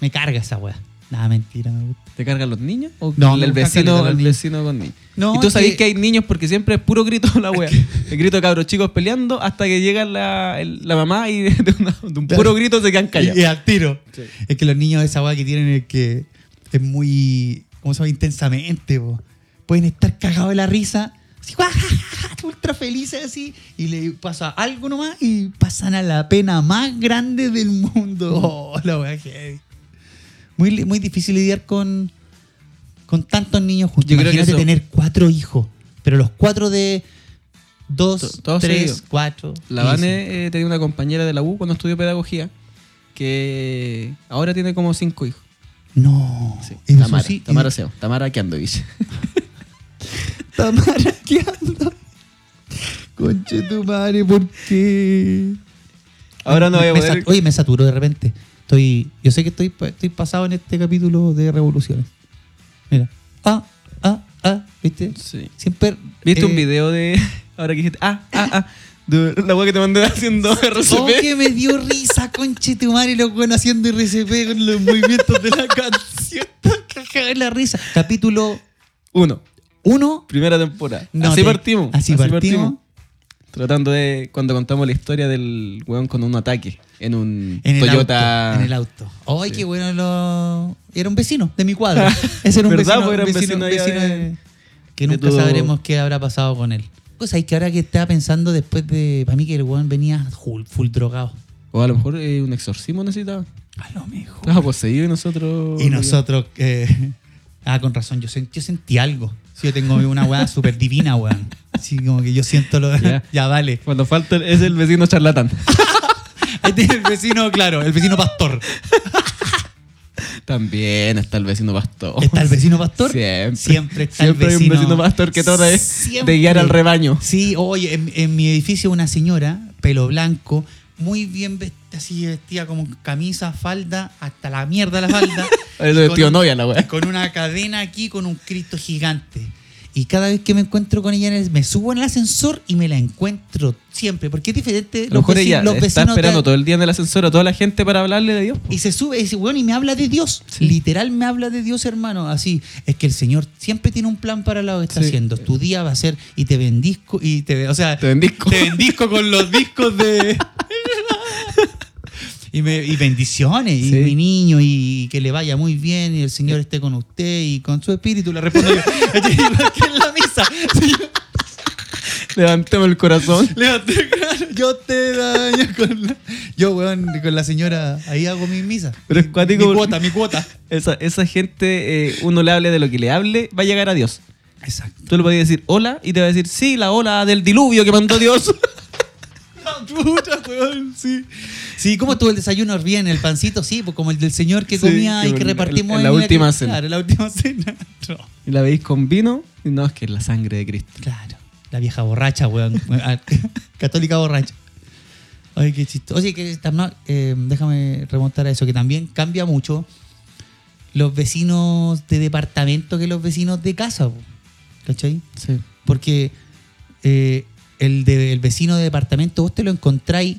Me carga esa weá. Nada, mentira, me gusta.
¿Te cargan los niños? ¿O
No,
el,
me
el
gustan caleta
vecino,
los
el
niños.
vecino con niños?
No,
y tú
es
sabés
que-
que... hay niños porque siempre es puro grito la wea. El grito de cabros chicos peleando hasta que llega la, el- la mamá y <laughs> de, una- de un puro grito se quedan
Y, y
callados.
al tiro.
Sí.
Es que los niños de esa weá que tienen es que es muy. ¿Cómo se llama? Intensamente, po. Pueden estar cagados de la risa. Así, guajajaja, ultra felices así. Y le pasa algo nomás y pasan a la pena más grande del mundo. <laughs> Oh, la weá heavy. Muy, li- muy difícil lidiar con, con tantos niños juntos.
Yo creo que
Imagínate
eso-
tener cuatro hijos, pero los cuatro de dos,
To- todos
tres,
seguidos.
cuatro.
La
quince.
Vane eh, tenía una compañera de la U cuando estudió pedagogía que ahora tiene como cinco hijos.
No.
Sí.
Eso
Tamara,
sí,
Tamara Seo,
<laughs>
Tamara Keandovich.
Tamara, ¿qué anda? Conche tu madre, ¿por qué?
Ahora no voy a
Me sat-
poder...
Oye, me saturo de repente. Estoy, yo sé que estoy, pa- estoy pasado en este capítulo de revoluciones. Mira. Ah, ah, ah, ¿viste?
Sí.
Siempre.
¿Viste un
eh,
video de... <laughs> Ahora que dijiste... Ah, ah, ah. de la wea que te mandé <laughs> haciendo RCP.
<laughs> Oh, que me dio risa, conche tu madre, los buenos haciendo RCP con los movimientos de la <laughs> canción. Cagado de la risa. Capítulo
Uno.
1.
Primera temporada.
No,
así
te-
partimos.
así partimos.
Tratando de cuando contamos la historia del weón con un ataque en un
En el
Toyota.
auto. En el auto. Ay, qué bueno lo... Era un vecino de mi cuadro.
<laughs>
<laughs> Ese era un
¿Verdad?
vecino,
Pues era un vecino allá de-
de- que
de
nunca
tu-
sabremos qué habrá pasado con él. Pues ahí que ahora que estaba pensando después de... Para mí que el weón venía full, full drogado.
O a lo mejor eh, un exorcismo necesitaba.
A lo mejor.
Estaba poseído y nosotros.
Y nosotros... eh, <laughs> ah, con razón. Yo, sent- yo sentí algo. Sí, yo tengo una weá
<laughs>
súper divina, weón. Así como que yo siento lo...
Ya.
<laughs> ya vale.
Cuando falta el- es el vecino charlatán.
Ahí tiene el vecino, claro. El vecino
<laughs>
pastor.
<laughs> También está el vecino pastor.
¿Está el vecino pastor?
Oh, Siempre.
Siempre está el
Siempre hay un
vecino.
vecino pastor que trata de,
Siempre.
de guiar al rebaño.
Sí, oye, en, en mi edificio una señora, pelo blanco, muy bien vestida, así vestida como camisa, falda, hasta la mierda la falda.
<laughs> Es
Y
de
con
tío
un-
novia la wea.
Con una cadena aquí, con un cristo gigante. Y cada vez que me encuentro con ella, en el- me subo en el ascensor y me la encuentro siempre. Porque es diferente.
A lo mejor
veci-
ella
los
está
vecinos
esperando
te-
todo el día en el ascensor a toda la gente para hablarle de Dios. po.
y se sube y dice, bueno, y me habla de Dios.
Sí.
Literal me habla de Dios, hermano. Así, es que el Señor siempre tiene un plan para lo que está
Sí.
haciendo. Tu día va a ser, y te bendisco, y te, o sea,
Te bendisco.
te bendisco con los discos de... Y, me- y bendiciones, y
Sí.
mi niño, y que le vaya muy bien, y el Señor esté con usted, y con su espíritu, le respondo
<laughs>
yo. Igual que en la misa. Señor,
<laughs> Levantemos el corazón.
levante, claro, yo te daño con la... Yo, weón, con la señora, ahí hago mi misa.
Pero es cuático
mi
porque-
cuota, mi cuota.
Esa, esa gente, eh, uno le hable de lo que le hable, va a llegar a Dios.
Exacto.
Tú le podías decir hola y te va a decir, sí, la ola del diluvio que
<laughs>
mandó Dios.
Ah, Puta, weón, sí. Sí, ¿cómo estuvo el desayuno? Bien, el pancito, sí, pues como el del señor que
Sí,
comía
que
y que
en-
repartimos
en la
una-
última cena.
Claro, en la última cena. <laughs> No,
y la veis con vino, y no, es que es la sangre de Cristo.
claro. La vieja borracha, weón. <laughs> Ah, Católica borracha. Ay, qué chistoso. Oye, que está mal- eh, déjame remontar a eso, que también cambia mucho los vecinos de departamento que los vecinos de casa, po. ¿cachai?
Sí.
Porque eh, el, de- el vecino de departamento vos te lo encontráis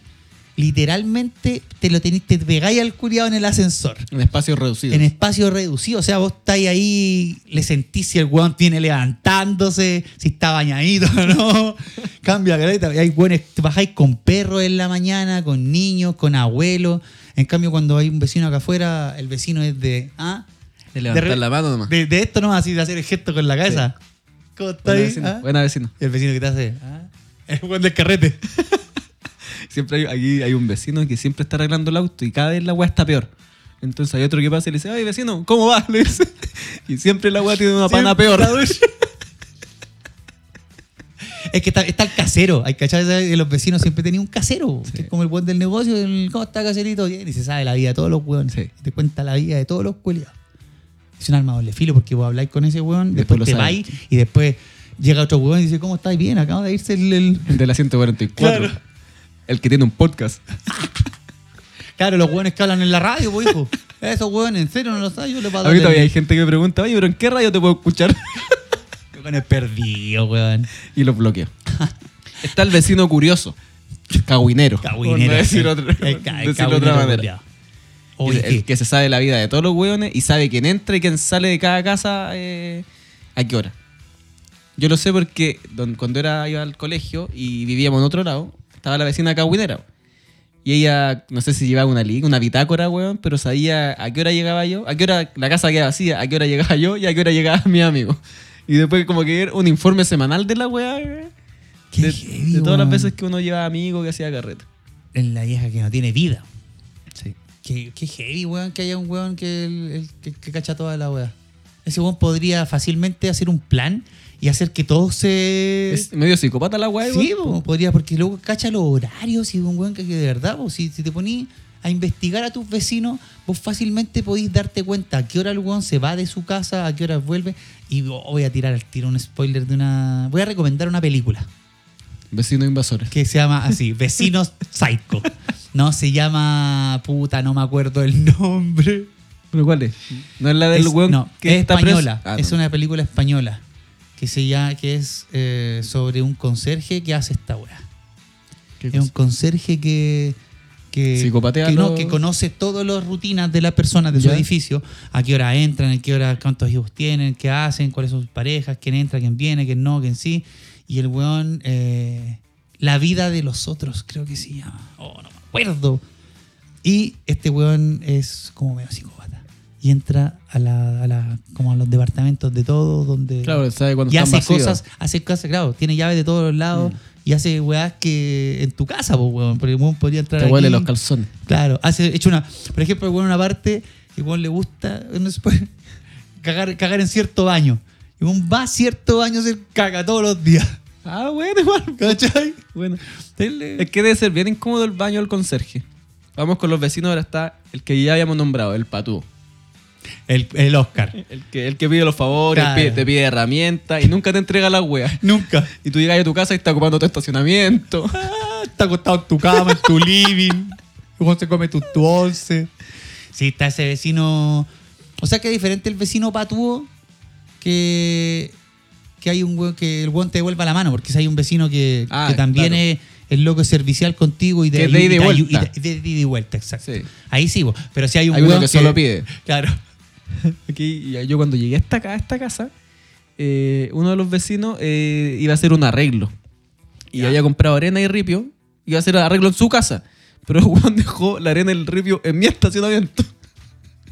literalmente, te lo tenéis, te pegáis al curiado en el ascensor.
En espacios reducidos.
En espacio reducido, o sea, vos estáis ahí, le sentís si el weón viene levantándose, si está bañadito <laughs> o no. Cambia, caleta. Y Hay buenos, te bajáis con perros en la mañana, con niños, con abuelos. En cambio, cuando hay un vecino acá afuera, el vecino es de. ¿ah?
de levantar
de re-
la mano nomás.
De, de esto nomás, así de hacer el gesto con la cabeza. ¿Cómo
Buena
estáis?
vecina.
ah?
Buena vecina.
Y el vecino que te hace. ¿ah? El weón del carrete.
Siempre hay, aquí hay un vecino que siempre está arreglando el auto y cada vez la weá está peor. Entonces hay otro que pasa y le dice, ay vecino, ¿cómo vas? <laughs> Le dice. Y siempre la weá tiene una pana
Siempre
peor.
la ducha. Es que está, está el casero. Hay que los vecinos siempre tenían un casero. que es como el buen del negocio. El, ¿Cómo está caserito? Bien. Y se sabe la vida de todos los hueones.
Sí.
Te cuenta la vida de todos los cueliados. Es un arma de doble filo porque vos habláis con ese hueón, después,
Después lo
te
sabe.
vais y después llega otro hueón y dice, ¿cómo estás? Bien, acaba de irse el... el-".
El de la 144.
Claro.
El que tiene un podcast.
Claro, los hueones que hablan en la radio, pues,
<laughs>
hijo. Esos hueones, en serio, no los sabes, yo le pago.
A mí todavía hay gente que me pregunta, oye, pero ¿en qué radio te puedo escuchar? <laughs>
Hueones perdidos, hueón.
Y
<laughs>
los bloqueo. Está el vecino curioso. Caguinero. Por
Cagüinero.
no decir
El-
otra,
el ca- el
<laughs> decirlo de otra
cagüinero
manera.
culiao. Oye,
el que se sabe la vida de todos los hueones y sabe quién entra y quién sale de cada casa eh, a qué hora. Yo lo sé porque don- cuando era iba al colegio y vivíamos en otro lado, estaba la vecina Cahuinera. Y ella, no sé si llevaba una liga, una bitácora, weón, pero sabía a qué hora llegaba yo, a qué hora la casa quedaba vacía, a qué hora llegaba yo y a qué hora llegaba <laughs> mi amigo. Y después como que era un informe semanal de la weá, weón.
Qué
de,
heavy,
de todas las
weón.
veces que uno llevaba amigo que hacía carreta.
en la vieja que no tiene vida. Sí. Qué, qué heavy, weón, que haya un weón que, el- el- que, que cacha toda la weá. Ese weón podría fácilmente hacer un plan y hacer que todos se...
Es medio psicópata la weá,
sí, po, podría, porque luego cacha los horarios y un weón que, que de verdad, po, si, si te ponís a investigar a tus vecinos, vos fácilmente podís darte cuenta a qué hora el weón se va de su casa, a qué hora vuelve. Y vo- voy a tirar al tiro un spoiler de una... Voy a recomendar una película
Vecinos invasores.
que se llama así, Vecinos Psycho. No, se llama puta, no me acuerdo el nombre.
¿Pero cuál es? ¿No es la del
es,
weón
no,
que
es
está preso?
española.
Ah,
Es
no.
una película española que se llama, que es eh, sobre un conserje que hace esta weá.
¿Qué
Es un
cosa?
conserje que. Que,
Psicopatea
que, no,
los-
que conoce todas las rutinas de las personas de su
Ya.
edificio, a qué hora entran, a qué hora, cuántos hijos tienen, qué hacen, cuáles son sus parejas, quién entra, quién viene, quién no, quién sí. Y el weón, eh, la vida de los otros, creo que se llama. Oh, no me acuerdo. Y este weón es como medio psicópata. Y entra a, la, a la- como a los departamentos de todos, donde
Claro, sabe cuando
y hace
están vacíos. Mm.
cosas, hace cosas, claro, tiene llaves de todos los lados y hace weás que en tu casa, pues, weón, porque el weón podría entrar
Te huele
aquí.
los calzones.
Claro, hace, hecho una, por ejemplo, el weón una parte que el weón le gusta, no se puede, <laughs> cagar, cagar en cierto baño. Y el weón va a cierto baño, se caga todos los días, <laughs>
Ah, bueno, igual.
¿cachai?
Bueno.
Él, eh,
Es que debe ser bien incómodo el baño del conserje. Vamos con los vecinos, ahora está el que ya habíamos nombrado, el patú.
El, el Oscar.
El que, el que pide los favores,
Claro.
pide- te pide herramientas y nunca te entrega la wea.
Nunca.
Y tú llegas a tu casa y está ocupando tu estacionamiento.
<laughs> Ah, Está acostado en tu cama, en tu living. <laughs> Luego se come tu, tu once. Sí, está ese vecino. O sea que es diferente el vecino patúo que, que hay un hue- que el weón te devuelva la mano, porque si hay un vecino que,
Ah,
que también
claro.
es el loco es servicial contigo y
Que
te
es de
y-
ida y
te ayu-
vuelta.
y te- de ida y vuelta, exacto.
Sí.
Ahí sí, vos. pero si hay un
Hay uno
weón
que solo pide.
<laughs> Claro.
Aquí, y yo cuando llegué hasta acá, a esta casa, eh, uno de los vecinos eh, iba a hacer un arreglo. Y había comprado arena y ripio. Iba a hacer el arreglo en su casa. Pero Juan dejó la arena y el ripio en mi estacionamiento. <laughs>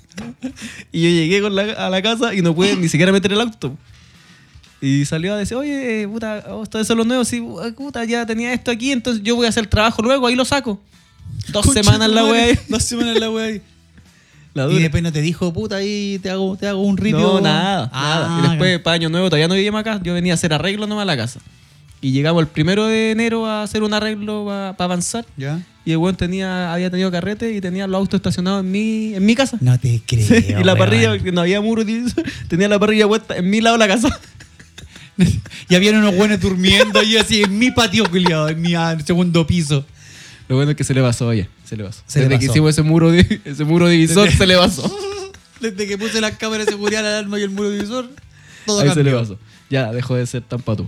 y yo llegué con la- a la casa y no pude ni siquiera meter el auto. Y salió a decir, oye, eh, puta, oh, esto eso es lo nuevo. Sí, uh, puta, ya tenía esto aquí, entonces yo voy a hacer el trabajo luego, ahí lo saco. Dos
Concha
semanas
tu
la
madre.
wea ahí.
Dos semanas la wea
<laughs>
ahí.
La
Y
dura.
después no te dijo, puta, ahí te hago, te hago un ripio.
No, nada, nada.
Ah,
Y después, para Año Nuevo, todavía no vivíamos acá. Yo venía a hacer arreglo nomás a la casa. Y llegamos el primero de enero a hacer un arreglo para avanzar.
Ya.
Y el weón tenía, había tenido carrete y tenía los autos estacionados en mi, en mi casa.
No te creo.
<laughs> Sí, y la
weón.
<laughs> parrilla, porque no había muro, tío, tenía la parrilla puesta en mi lado de la casa.
Y habían unos buenos durmiendo y yo así en mi patio, culiado, en mi ah, segundo piso.
Lo bueno es que se le pasó, oye. Se le pasó.
Se le
Desde que
pasó.
hicimos ese muro, di- <laughs> ese muro divisor, se le <laughs> pasó.
Desde que puse las cámaras de seguridad, la alarma y el muro divisor, todo
Ahí se le
cambió.
pasó. Ya, dejó de ser tan patú.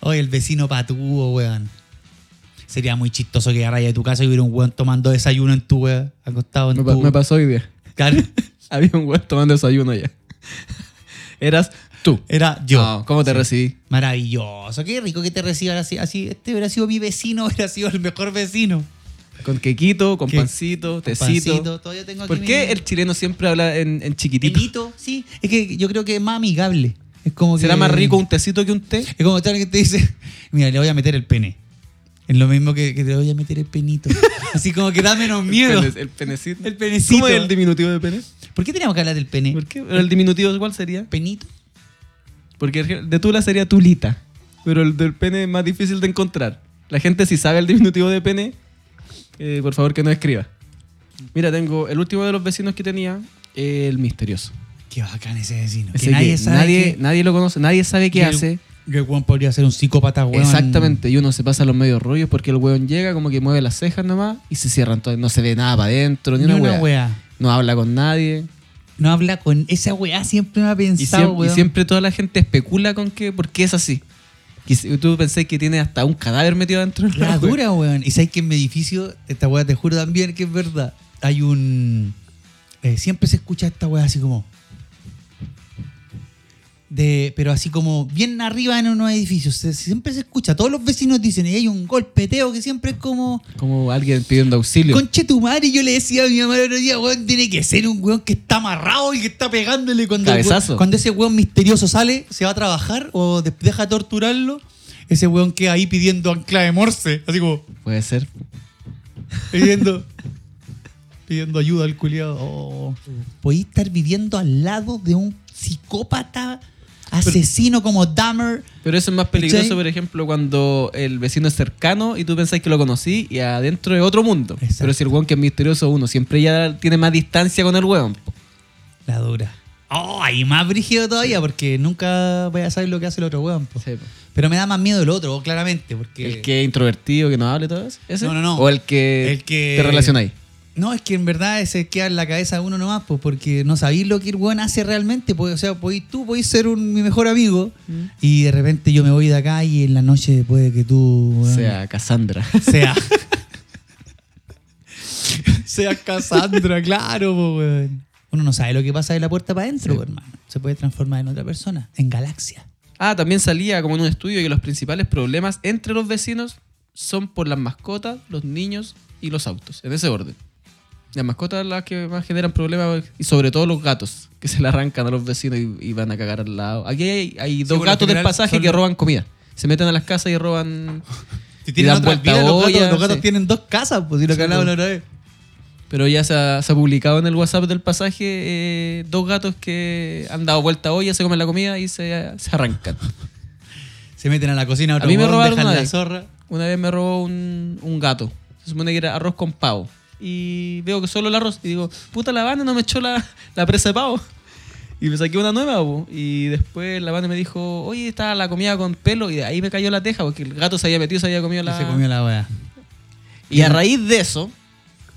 Oye, el vecino patúo, weón. Sería muy chistoso que a raya de tu casa y hubiera un weón tomando desayuno en tu weón, acostado en
Me, pa-
tu...
me pasó hoy día. <laughs>
Claro, <laughs>
Había un güey tomando desayuno ya. <laughs> Eras tú.
Era yo.
No, Ah, ¿Cómo te recibí?
Maravilloso. Qué rico que te reciban así. así. Este hubiera sido mi vecino, <laughs> hubiera sido el mejor vecino.
Con quequito, con
¿Qué?
pancito, tecito.
Pancito, todavía tengo aquí
¿Por
mi-
qué el chileno siempre habla en, en
El
chiquitito?
hito, sí. Es que yo creo que es más amigable. Es como que-
¿Será más rico un tecito que un té?
<laughs> Es como estar que te dice, mira, le voy a meter el pene. Es lo mismo que, que le voy a meter el
<laughs>
penito. Así como que da menos miedo.
El, pene- el penecito.
El penecito.
¿Cómo es el diminutivo de pene?
¿Por qué teníamos que hablar del pene?
¿Por qué? Pero el diminutivo cuál sería?
¿Penito?
Porque el de tula sería tulita. Pero el del pene es más difícil de encontrar. La gente si sabe el diminutivo de pene, eh, por favor que no escriba. Mira, tengo el último de los vecinos que tenía, el misterioso.
Qué bacán ese vecino.
Ese
que nadie sabe.
nadie,
que-
nadie lo conoce, nadie sabe qué
que el-
hace.
Que el weón podría ser un psicópata, weón.
Exactamente, y uno se pasa los medios rollos porque el weón llega, como que mueve las cejas nomás y se cierra. Entonces no se ve nada para adentro, ni,
Ni
una
una
wea.
wea.
No habla con nadie.
No habla con. Esa weá siempre me ha
Y,
pensado,
siem- y
weón.
siempre toda la gente especula con que, por qué es así. Y si- tú pensás que tiene hasta un cadáver metido dentro. de la
La
wea.
dura, weón. Y sabes que en mi edificio, esta weá te juro también que es verdad. Hay un. eh, siempre se escucha esta weá así como. De, pero así como bien arriba en unos edificios. se- siempre se escucha. Todos los vecinos dicen, y hay un golpeteo que siempre es como.
Como alguien pidiendo auxilio.
Conche tu madre, yo le decía a mi mamá el otro día, weón, tiene que ser un weón que está amarrado y que está pegándole cuando, el weón-
Cabezazo.
cuando ese weón misterioso sale, se va a trabajar o de- deja torturarlo. Ese weón queda ahí pidiendo ancla de morse, así como
Puede ser.
pidiendo, pidiendo ayuda al culiado. Oh. Podéis estar viviendo al lado de un psicópata asesino como Dahmer.
Pero eso es más peligroso,
¿Cachai?
por ejemplo, cuando el vecino es cercano y tú pensás que lo conocí y adentro es otro mundo.
Exacto.
Pero si el weón que es misterioso uno siempre ya tiene más distancia con el weón. po.
La dura. Oh, y más brígido todavía, porque nunca voy a saber lo que hace el otro weón. po. Pero me da más miedo el otro, claramente, porque...
El que es introvertido, que no hable todo eso. ¿ese?
No, no, no.
O el que,
El que-
te relacionáis.
No, es que en verdad se queda en la cabeza de uno nomás, pues, porque no sabéis lo que el weón hace realmente. Pues, o sea, podís- tú podís ser un- mi mejor amigo
Mm.
y de repente yo me voy de acá y en la noche puede que tú...
O
weón,
sea, Cassandra.
Sea. sea Cassandra, claro, po, weón. Uno no sabe lo que pasa de la puerta para adentro,
Sí.
po, hermano. Se puede transformar en otra persona, en galaxia.
<laughs> ah, también salía como en un estudio que los principales problemas entre los vecinos son por las mascotas, los niños y los autos. En ese orden. Las mascotas las que más generan problemas y sobre todo los gatos que se le arrancan a los vecinos y, y van a cagar al lado. Aquí hay, hay dos
por lo
gatos del
general
pasaje
son
que
los-
roban comida. Se meten a las casas y <laughs> roban...
Si
tienen otras vidas, los gatos- los gatos
tienen dos casas, pues si
lo que hablaba la
otra vez.
Pero ya se ha, se ha publicado en el WhatsApp del pasaje eh, dos gatos que han dado vuelta a olla, se comen la comida y se, se arrancan.
Se meten a la cocina, otro
A mí me
weón,
robaron
dejan
una
la
vez.
zorra.
Una vez me robó un, un gato. Se supone que era arroz con pavo. Y veo que solo el arroz. Y digo, puta, la Habana no me echó la, la presa de pavo. Y me saqué una nueva, po. Y después la Habana me dijo, oye, está la comida con pelo. Y de ahí me cayó la teja, porque el gato se había metido, se había comido la...
Y se comió la weá.
Y a raíz de eso...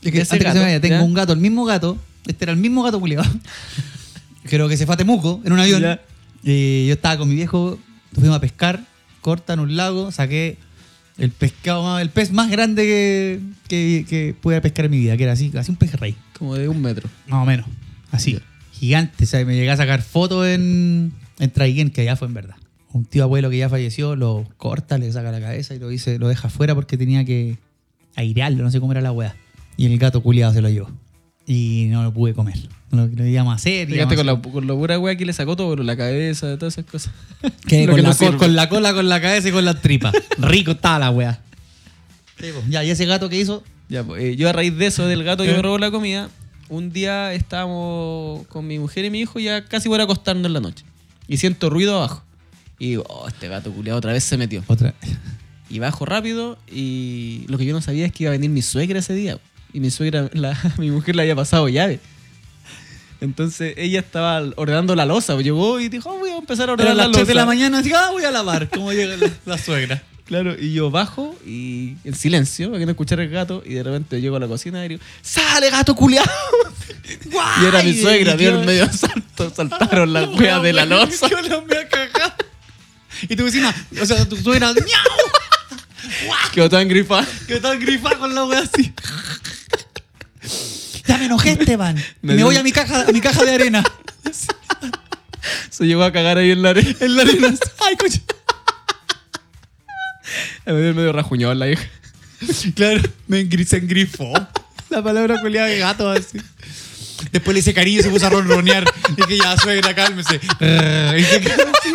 Es que
de ese
antes que se me vaya,
gato,
tengo
¿ya?
un gato, el mismo gato. Este era el mismo gato
<laughs>
culiado. Creo que se fue a Temuco en un avión.
Ya.
Y yo estaba con mi viejo, nos fuimos a pescar, corta en un lago, saqué el pescado más, el pez más grande que, que, que pude pescar en mi vida, que era así, así un pejerrey,
Como de un metro.
más o menos. Así,
Ya.
gigante. O sea, me llegué a sacar fotos en, en Traiguén, que allá fue en verdad. Un tío abuelo que ya falleció, lo corta, le saca la cabeza y lo dice, lo deja fuera porque tenía que airearlo, no sé cómo era la weá. Y el gato culiado se lo llevó. Y no lo pude comer. No lo, lo íbamos a hacer. íbamos
Fíjate
a
con la, con la pura wea que le sacó todo, pero la cabeza, todas esas cosas.
<laughs> Que
Lo
con,
que
la
no
co-
sirve.
con la cola, con la cabeza y con las
<laughs>
tripas. Rico estaba la weá. Ya, y ese gato que hizo.
Ya, pues, eh, yo a raíz de eso, del gato que
¿Eh?
me robó la comida, un día estábamos con mi mujer y mi hijo, ya casi voy a acostarnos en la noche. Y siento ruido abajo. Y digo, oh, este gato culiado otra vez se metió.
Otra.
Y bajo rápido y lo que yo no sabía es <laughs> que iba a venir mi suegra ese día. Y mi suegra, la- mi mujer le había pasado llave. Entonces ella estaba ordenando la losa. Llegó y dijo, "Oh, voy a empezar a
Pero a
ordenar la
las 3
losa.
de la mañana, así, ah, voy a lavar, como llega la, la suegra.
Claro, y yo bajo y en silencio, para que no escuchara el gato, y de repente llego a la cocina y digo, ¡sale gato culiado! <laughs> Y era mi
Ay,
suegra,
y
dio el
yo-
medio salto, saltaron <laughs> las weas de la losa.
<laughs> Yo la voy a cagar. Y tu vecina, o sea, tu suegra, ¡miau!
Quedó tan gripada.
Que están grifados con la wea así. Ya me enojé, Esteban.
Me
<laughs> Me,
dio-
voy a mi, caja, a mi caja de arena.
Se llegó a cagar ahí en la arena.
En la <laughs> arena. Ay, <laughs> coño.
Me dio el medio rajuñón la <laughs> hija.
<laughs> Claro, me engri- se engrifó. La palabra culiada de gato así. Después le hice cariño y se puso a ronronear. Dije, ya, suegra, cálmese. Eh, Y se quedó así.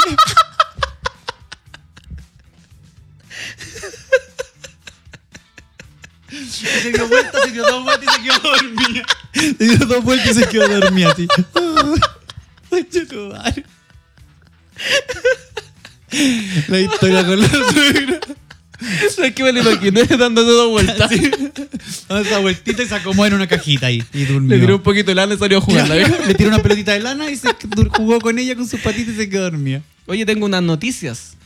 Y se dio vuelta, se dio dos vueltas y se quedó dormida. Se dio dos vueltas y se quedó dormida, así. Ay, chocobar. La historia con la suegra.
¿Sabes qué me lo <laughs> imaginé dándose dos vueltas?
Dando esa vueltita y se acomodó en una cajita ahí. Y durmió.
Le tiré un poquito de lana y salió a jugar la vieja.
Le tiró una pelotita de lana y se dur- jugó con ella con sus patitas y se quedó dormida.
Oye, tengo unas noticias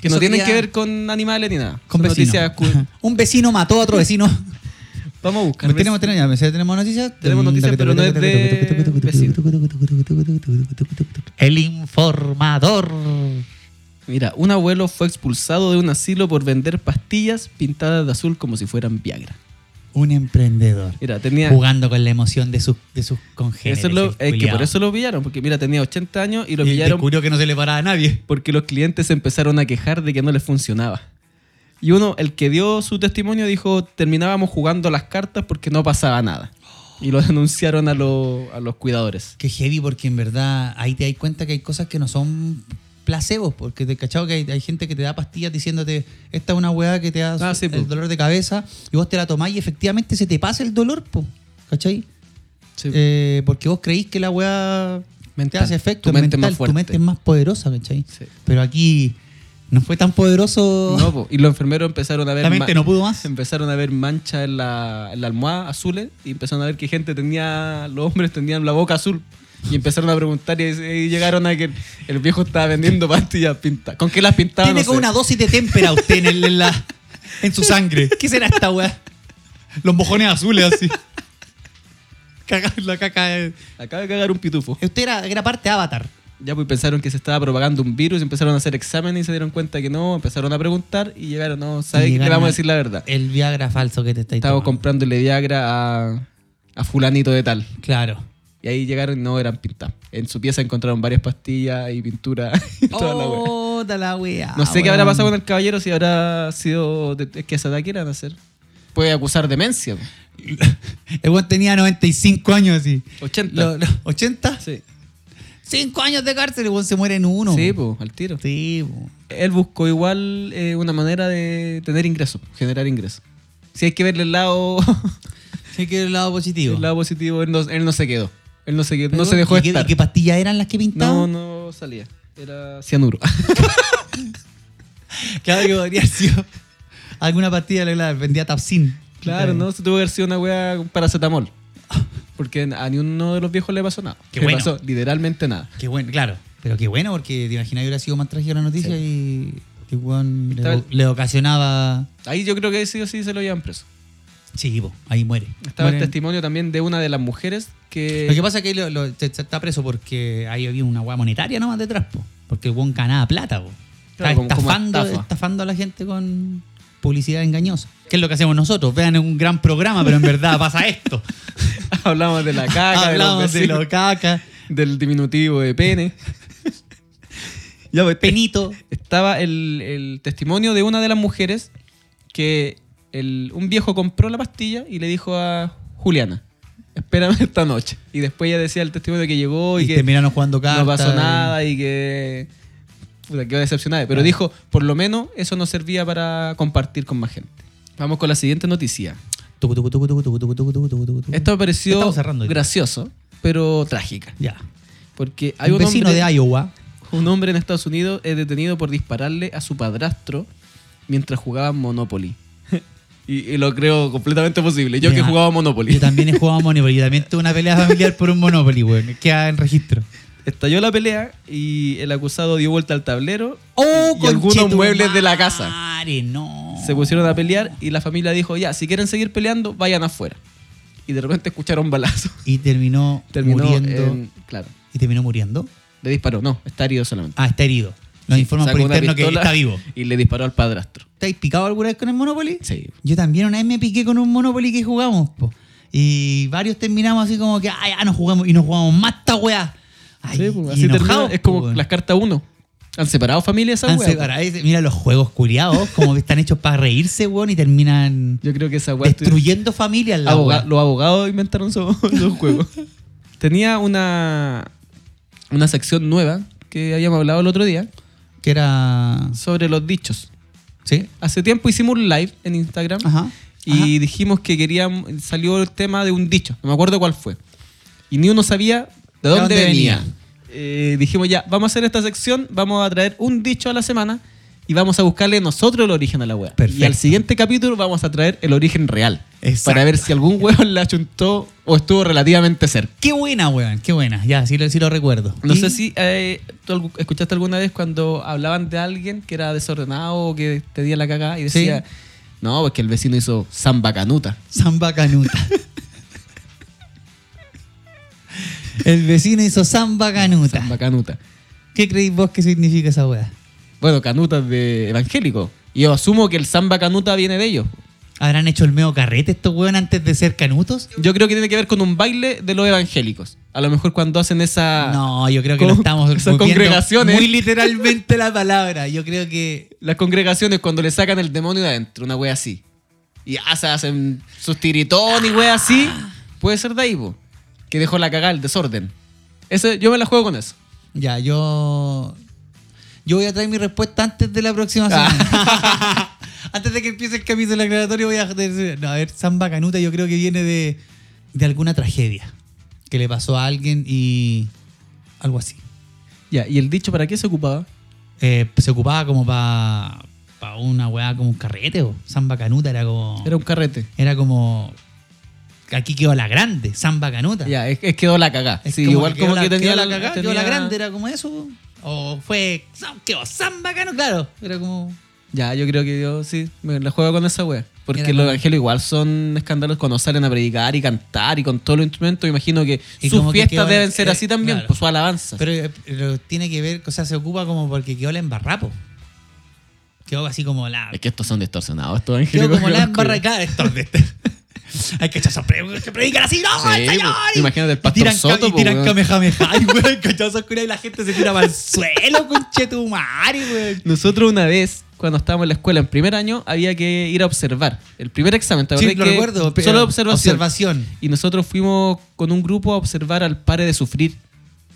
que
Eso
no tienen
quería-
que ver con animales ni nada.
Con
Son noticias
vecinos.
<laughs> cu-
Un vecino mató a otro vecino.
Vamos a buscar.
¿Tenemos, tenemos, ya, ¿sí tenemos noticias?
Tenemos noticias, pero no es de
El informador.
Mira, un abuelo fue expulsado de un asilo por vender pastillas pintadas de azul como si fueran Viagra.
Un emprendedor.
Mira, tenía...
Jugando con la emoción de sus, de sus congéneres.
Eso es lo-
el
es que
culiao.
por eso lo pillaron, porque mira, tenía 80 años y lo
Y
pillaron
descubrió que no se le paraba a nadie.
porque los clientes se empezaron a quejar de que no les funcionaba. Y uno, el que dio su testimonio, dijo, terminábamos jugando a las cartas porque no pasaba nada. Y lo <laughs> denunciaron a, lo- a los cuidadores.
Que heavy porque en verdad ahí te das cuenta que hay cosas que no son placebos, porque te cachado que hay, hay gente que te da pastillas diciéndote, esta es una weá que te da
Ah, sí, po.
el dolor de cabeza, y vos te la tomás y efectivamente se te pasa el dolor, po, ¿cachai? Eh, porque vos creís que la weá te
Mental.
hace efecto,
Tu mente es
mental,
más fuerte.
tu mente es más poderosa, ¿cachai?
Sí.
Pero aquí no fue tan poderoso,
No, po, y los enfermeros empezaron a ver...
la mente
ma-
no pudo más.
Empezaron a ver manchas en la, en la almohada azules y empezaron a ver que gente tenía, los hombres tenían la boca azul. Y empezaron a preguntar y, y llegaron a que el, el viejo estaba vendiendo pastillas pintadas. ¿Con qué las pintaba?
Tiene
No
como
sé.
una dosis de témpera usted en, el- en la- en su sangre. <laughs> ¿Qué será esta weá? Los mojones azules <laughs> así. Cagar la caca. de-
Acaba de cagar un pitufo.
Usted era, era parte avatar.
Ya pues pensaron que se estaba propagando un virus, empezaron a hacer exámenes y se dieron cuenta que no, empezaron a preguntar y llegaron, no, ¿sabes
Y
qué? Le
llegaron
vamos a
a-
decir la verdad.
El Viagra falso que te estáis
Estaba
tomando.
comprándole Viagra a, a fulanito de tal.
Claro.
Y ahí llegaron y no eran pintadas. En su pieza encontraron varias pastillas y pintura y <laughs> toda la wea.
Oh, da la wea.
No sé qué
weón.
habrá pasado con el caballero si habrá sido. de- Es que esa edad quieran hacer. Puede acusar demencia. po.
El weón tenía 95 años así.
80.
Lo- lo- ¿80?
Sí.
5 años de cárcel, el weón se muere en uno.
Sí, po, al tiro.
Sí, po.
Él buscó igual eh, una manera de tener ingresos, generar ingresos. Si hay que verle el lado, <laughs>
Sí que el lado positivo.
el lado positivo, él no, él no se quedó. Él no se quedó, no
Pero,
se dejó
¿y qué,
estar.
¿Y qué pastillas eran las que pintaban?
no, no salía. Era cianuro.
Claro que podría haber sido alguna pastilla, claro, vendía Tapsin.
<laughs> claro, no, se tuvo que haber sido una wea con paracetamol. Porque a ninguno de los viejos le pasó nada.
Qué
le
bueno.
pasó literalmente nada.
Qué bueno, claro. Pero qué bueno, porque te imaginas que hubiera sido más trágica la noticia y que weón
Estaba
le,
el-
le ocasionaba.
Ahí yo creo que sí o sí se lo llevan preso.
Sí, po, ahí muere.
Estaba el
Muere.
testimonio también de una de las mujeres que.
Lo que pasa es que lo- lo- se- se está preso porque ahí había una hueá monetaria nomás detrás, po. Porque el weón ganaba plata, po.
Claro,
Está
como- como
estafando,
estafa.
estafando a la gente con publicidad engañosa. Que es lo que hacemos nosotros. Vean, es un gran programa, pero en verdad pasa esto. <laughs>
Hablamos de la <laughs> caca, de los
Hablamos de
vecinos,
lo caca.
del diminutivo de pene. ya, pues,
Penito.
estaba el, el testimonio de una de las mujeres que el- un viejo compró la pastilla y le dijo a Juliana, espérame esta noche. Y después ella decía el testimonio que llegó y,
Y,
que
terminaron jugando cartas.
no pasó
y-
nada y que... Puta, quedó decepcionada. Pero dijo, por lo menos eso nos servía para compartir con más gente. Vamos con la siguiente noticia.
Tucu, tucu, tucu, tucu, tucu, tucu, tucu, tucu, tucu, tucu, tucu.
Esto me pareció
Estamos cerrando ya.
gracioso, pero trágica.
Ya.
Porque hay
un
un,
vecino
hombre,
de Iowa.
un hombre en Estados Unidos es detenido por dispararle a su padrastro mientras jugaba Monopoly. <laughs> Y, y lo creo completamente posible. Yo que
Ya.
jugaba Monopoly.
Yo también he jugado Monopoly. Yo también tuve una pelea familiar por un Monopoly, weón. Queda en registro.
Estalló la pelea y el acusado dio vuelta al tablero.
¡Oh,
y Uh, algunos
conchetumare,
muebles de la casa.
no!
Se pusieron a pelear y la familia dijo, ya, si quieren seguir peleando, vayan afuera. Y de repente escucharon balazos.
Y terminó,
Terminó
muriendo.
en- Claro.
¿Y terminó muriendo?
Le disparó. No, está herido solamente.
Ah, está herido. Nos
Sí,
informan
sacó
por
una
interno que
pistola
está vivo.
Y le disparó al padrastro.
¿Estáis picado alguna vez con el Monopoly?
Sí.
Yo también una vez me piqué con un Monopoly que jugamos, po. Y varios terminamos así como que, ah, ya no jugamos y nos jugamos más esta weá. Ay,
Sí, pues,
y
así termina.
enojados,
Es como
po, weón.
las cartas 1. ¿Han separado familias esa
Han
weá?
separado. Ese- Mira los juegos curiados, como que están hechos para reírse, weón, y terminan
<laughs> Yo creo que esa weá. estuvo-
destruyendo familias. La
Aboga-
weá.
los abogados inventaron <laughs> esos esos juegos. Tenía una, una sección nueva que habíamos hablado el otro día
Que era.
sobre los dichos.
Sí.
Hace tiempo hicimos un live en Instagram
Ajá.
y dijimos que queríamos. Salió el tema de un dicho, no me acuerdo cuál fue. Y ni uno sabía de dónde,
dónde
venía.
venía?
Eh, dijimos ya, vamos a hacer esta sección, vamos a traer un dicho a la semana y vamos a buscarle nosotros el origen a la web. Y
Perfecto.
al siguiente capítulo vamos a traer el origen real.
Exacto.
Para ver si algún <laughs> hueón la achuntó o estuvo relativamente cerca.
Qué buena, weón, qué buena. Ya, sí lo, sí lo recuerdo.
No
Y-
sé si eh, tú algu- escuchaste alguna vez cuando hablaban de alguien que era desordenado o que tenía la cagada y
Sí.
decía, no, pues que el vecino hizo samba canuta.
Samba Canuta.
<laughs>
El vecino hizo Samba Canuta.
Samba canuta.
¿Qué creéis vos que significa esa weá?
Bueno, canutas de evangélico. Y yo asumo que el samba canuta viene de ellos.
¿Habrán hecho el meo carrete estos weón antes de ser canutos?
Yo creo que tiene que ver con un baile de los evangélicos. A lo mejor cuando hacen esa...
No, yo creo que lo
Con-
estamos
esas
volviendo
Ah. congregaciones.
muy literalmente la palabra. Yo creo que
Las congregaciones cuando le sacan el demonio de adentro, una wea así. Y ya se hacen sus tiritón y wea así. Puede ser de ahí, po. Que dejó la cagada, el desorden. Ese, yo me la juego con eso.
ya yo yo voy a traer mi respuesta antes de la próxima
Ah. <laughs>
semana. antes de que empiece el capítulo aclaratorio voy a decir, no, a ver, Samba Canuta yo creo que viene de de alguna tragedia que le pasó a alguien y algo así.
Ya, ¿y el dicho para qué se ocupaba?
Eh, se ocupaba como para una weá como un carrete o Samba Canuta era como
Era un carrete.
era como aquí quedó la grande, Samba Canuta.
Ya, es, es quedó la cagada.
Es
Sí,
como
igual
que quedó
como
la-
que tenía
quedó la cagada, quedó la
tenía-
grande, era como eso. O fue, "Sam- quedó Samba Canuta, claro. Era como...
Ya, yo creo que yo sí, me la juego con esa wea. Porque
Era
los
como-
evangelios igual son escándalos cuando salen a predicar y cantar y con todos los instrumentos. Imagino que
Y
sus
como que
fiestas
quedó-
deben ser
eh,
así también,
claro.
pues su alabanza.
Pero, eh, pero tiene que ver, o sea, se ocupa como porque quedó la embarrapo. Quedó así como la...
es que estos son distorsionados, estos
Quedó
evangélicos. <laughs>
como
que
la
conozco.
embarracada. Esto, de este. <laughs> Hay que echar pre- que predican así, no,
Sí,
el señor.
pues,
Y-
imagínate el
y
pastor
tiran ca-
Soto,
Y
po,
tiran
weón.
kamehameha. <laughs> Ay, weón, cachazos oscura y la gente se tira para el suelo, <laughs> conchetumari, weón.
Nosotros una vez, cuando estábamos en la escuela en primer año, había que ir a observar. El primer examen, ¿te
Sí,
acordás
lo
que
recuerdo. pero-
Solo observación.
observación.
Y nosotros fuimos con un grupo a observar al padre de sufrir.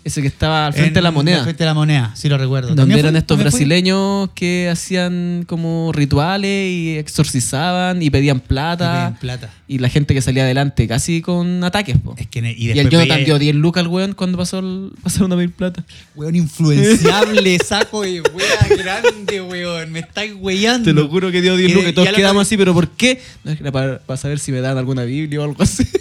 Ese que estaba al frente de la
En-
moneda.
Al frente de la moneda, sí lo recuerdo.
Donde
También
eran
fui-
estos
también fui.
brasileños que hacían como rituales y exorcizaban y pedían
Y pedían
plata. Y,
plata.
la gente que salía adelante casi con ataques. po.
Es que, y
Y,
después
el Jonathan
veía-
dio 10 lucas al weón cuando pasó el- <laughs> pasaron a pedir plata.
Weón influenciable, saco de wea grande, weón. Me estáis weyando.
Te lo juro que dio 10
Y de-
lucas y todos
y a la-
quedamos así, pero ¿por qué? No, es que era para, para saber si me dan alguna Biblia o algo así. <laughs>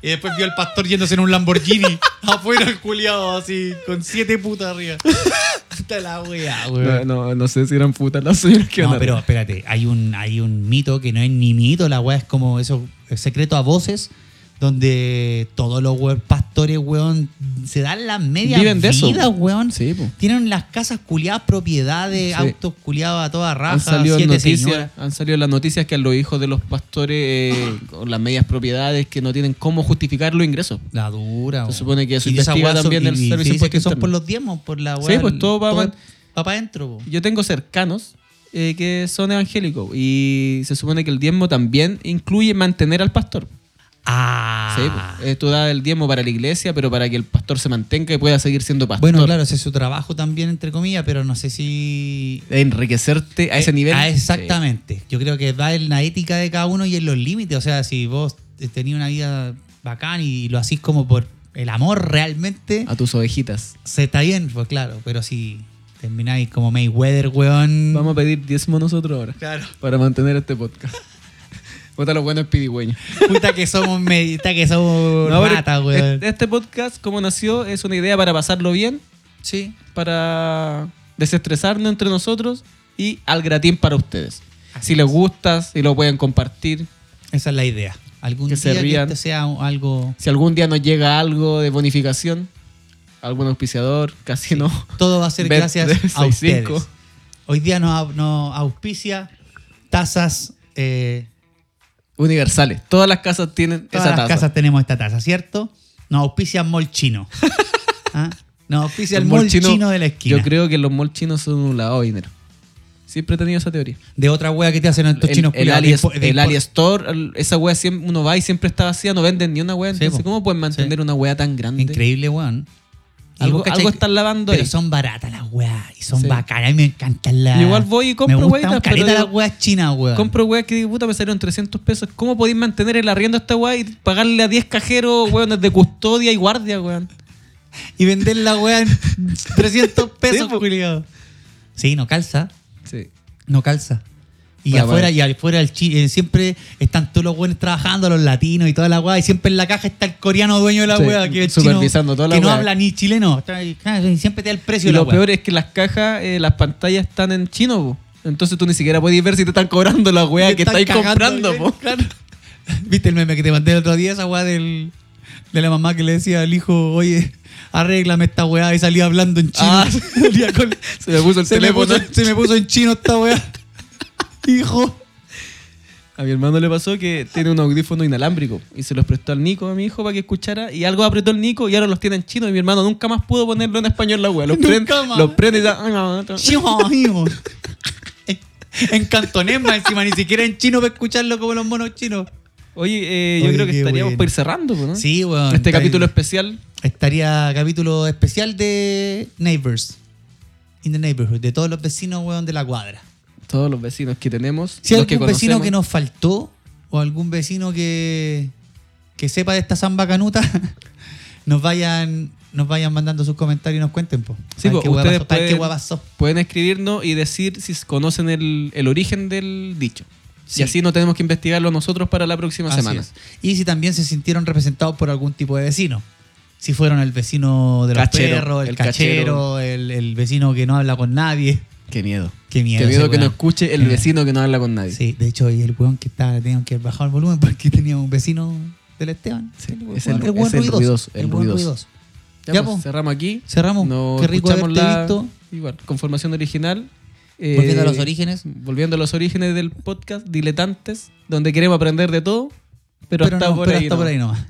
Y después vio al pastor yéndose en un Lamborghini. <laughs> afuera el culiado, así, con siete putas
<laughs>
arriba. Hasta la wea,
No,
weón.
no, no sé si eran putas las señoras que
No,
andaban.
pero espérate, hay un, hay un mito que no es ni mito, la wea es como eso, el secreto a voces, donde todos los weón, pastores, weón, se dan las medias
Viven de eso.
vidas, weón.
Sí, po.
Tienen las casas culiadas, propiedades,
Sí.
autos culiados a toda raja,
Han salido, en
siete
noticias,
señoras.
han salido en las noticias que a los hijos de los pastores eh, con las medias propiedades que no tienen cómo justificar los ingresos.
La dura.
Se
weón.
supone que eso
Y esa
investiga
weá son-
también
y-
el
y
Servicio
se dice que
Impuesto
son por
Interno.
los diezmos, por la
Sí,
weá.
pues, todo va pa-
va para adentro. po.
Yo tengo cercanos eh, que son evangélicos y se supone que el diezmo también incluye mantener al pastor.
Ah.
Sí, po. Eh, tú das el diezmo para la iglesia, pero para que el pastor se mantenga y pueda seguir siendo pastor.
bueno, claro, ese es su trabajo también, entre comillas, pero no sé si.
enriquecerte a ese nivel.
Ah, exactamente. Yo creo que va en la ética de cada uno y en los límites. O sea, si vos tenías una vida bacán y lo hacís como por el amor realmente,
Sí, A tus ovejitas.
se está bien, pues claro. Pero si termináis como Mayweather, weón.
Vamos a pedir diezmo nosotros ahora. Claro. Para mantener este podcast. Puta, lo bueno es pidigüeño.
<laughs> Puta que somos medita, que somos
No, pero
rata,
es-
weón.
Este podcast, como nació, es una idea para pasarlo bien,
Sí.
para desestresarnos entre nosotros y al gratín para ustedes. si les gusta, si lo pueden compartir,
Esa es la idea. Algún
Que se
día que
rían.
este sea un- algo.
si algún día nos llega algo de bonificación, algún auspiciador, casi no.
Todo va a ser
Bet
gracias
de
a
65.
ustedes. Hoy día nos, au- nos auspicia tazas. eh,
<laughs> Universales. Todas las casas tienen
todas las
esa taza.
casas tenemos esta taza, ¿cierto? Nos auspicia Mol
<laughs>
Chino. ¿Ah? Nos auspicia el,
Los
Mol
mall
chino,
chinos-
de la esquina.
Yo creo que los mall chinos son un lavado de dinero. Siempre he tenido esa teoría.
De otra wea que te hacen estos
el,
chinos
el,
culiados, de
alias,
impo- de
el
impo-
Alias Store, el- esa wea siempre, uno va y siempre está vacía, no venden ni una wea. Entonces,
po.
¿cómo pueden mantener una wea tan grande?
Increíble, weón. Y
Algo,
vos, ¿cachai?
algo están lavando
Pero
ahí.
son baratas las weas y son
Sí.
bacanas. A mí me encantan las.
Yo igual voy y compro
Me gustan
weitas, pero
careta
digo,
las weas chinas, weón.
Compro weas que digo, puta, me salieron 300 pesos. ¿Cómo podéis mantener el arriendo a esta wea y pagarle a 10 cajeros, weón, de custodia y guardia, weón?
Y vender la wea
<laughs>
en 300 pesos,
po.
culiao. Sí, no calza.
Sí.
No calza. Y
Bueno,
afuera,
bueno.
y afuera el chi- eh, siempre están todos los buenos trabajando, los latinos y toda la weá, y siempre en la caja está el coreano dueño de la
Sí,
weá, que es chino,
supervisando toda la
que no
weá.
habla ni chileno, Está ahí, ah, y siempre te da el precio de
Y
la
lo
weá.
peor es que las cajas, eh, las pantallas están en chino, po. entonces tú ni siquiera podés ver si te están cobrando la weá
Te
que
están
estáis
cagando, eh,
comprando. po.
claro. <laughs> ¿Viste el meme que te mandé el otro día, esa weá del, de la mamá que le decía al hijo, oye, arréglame esta weá, y salía hablando en chino. <laughs>
Ah,
Salía con-
<laughs> Se me puso el
se, me
teléfono.
puso, se me puso en chino esta weá. <laughs> hijo.
A mi hermano le pasó que tiene un audífono inalámbrico y se los prestó al Nico, a mi hijo, para que escuchara. Y algo apretó el Nico y ahora los tiene en chino. Y mi hermano nunca más pudo ponerlo en español la weá. Los
Nunca
prende,
más.
los prende y ah, da. "Ay, mamá, otra".
Hijo, hijo. En- En cantonés más encima, ni siquiera en chino para escucharlo como los monos chinos.
Oye, eh, yo
Oye,
creo que
qué
estaríamos
bueno.
por ir cerrando, po, ¿no?
Sí, weón.
Este
Está-
capítulo especial.
Estaría capítulo especial de Neighbors. In the Neighborhood, de todos los vecinos, weón, de la cuadra.
Todos los vecinos que tenemos.
Si hay
los que
algún vecino
conocemos.
que nos faltó o algún vecino que, que sepa de esta zamba canuta, <laughs> nos vayan nos vayan mandando sus comentarios y nos cuenten. Po.
Sí,
A ver
po,
qué hueá
ustedes
pasó, a ver qué
pueden-
hueá pasó.
Pueden escribirnos y decir si conocen el, el origen del dicho.
Sí.
Y así no tenemos que investigarlo nosotros para la próxima
Así
semana.
es. Y si también se sintieron representados por algún tipo de vecino. Si fueron el vecino de los
Cachero,
perros, el,
el
cachero, el, el vecino que no habla con nadie.
Qué miedo.
Qué miedo.
Qué miedo
ese
que no
weón.
escuche el
Qué miedo.
vecino que no habla con nadie.
Sí, de hecho, y el weón que estaba, tenían que bajar el volumen porque <laughs> tenía un vecino del Esteban.
Sí,
weón-
es el-
weón
es el ruidoso, el
weón
ruidoso. Ya,
Ya,
pues,
po.
cerramos aquí.
Cerramos.
No
Qué rico haberte
escuchamos la-
visto.
Igual, conformación original. Eh,
Volviendo a los orígenes.
Volviendo a los orígenes del podcast, Diletantes, donde queremos aprender de todo, pero,
Pero,
hasta,
no,
por,
pero
ahí
hasta
no.
por ahí nomás.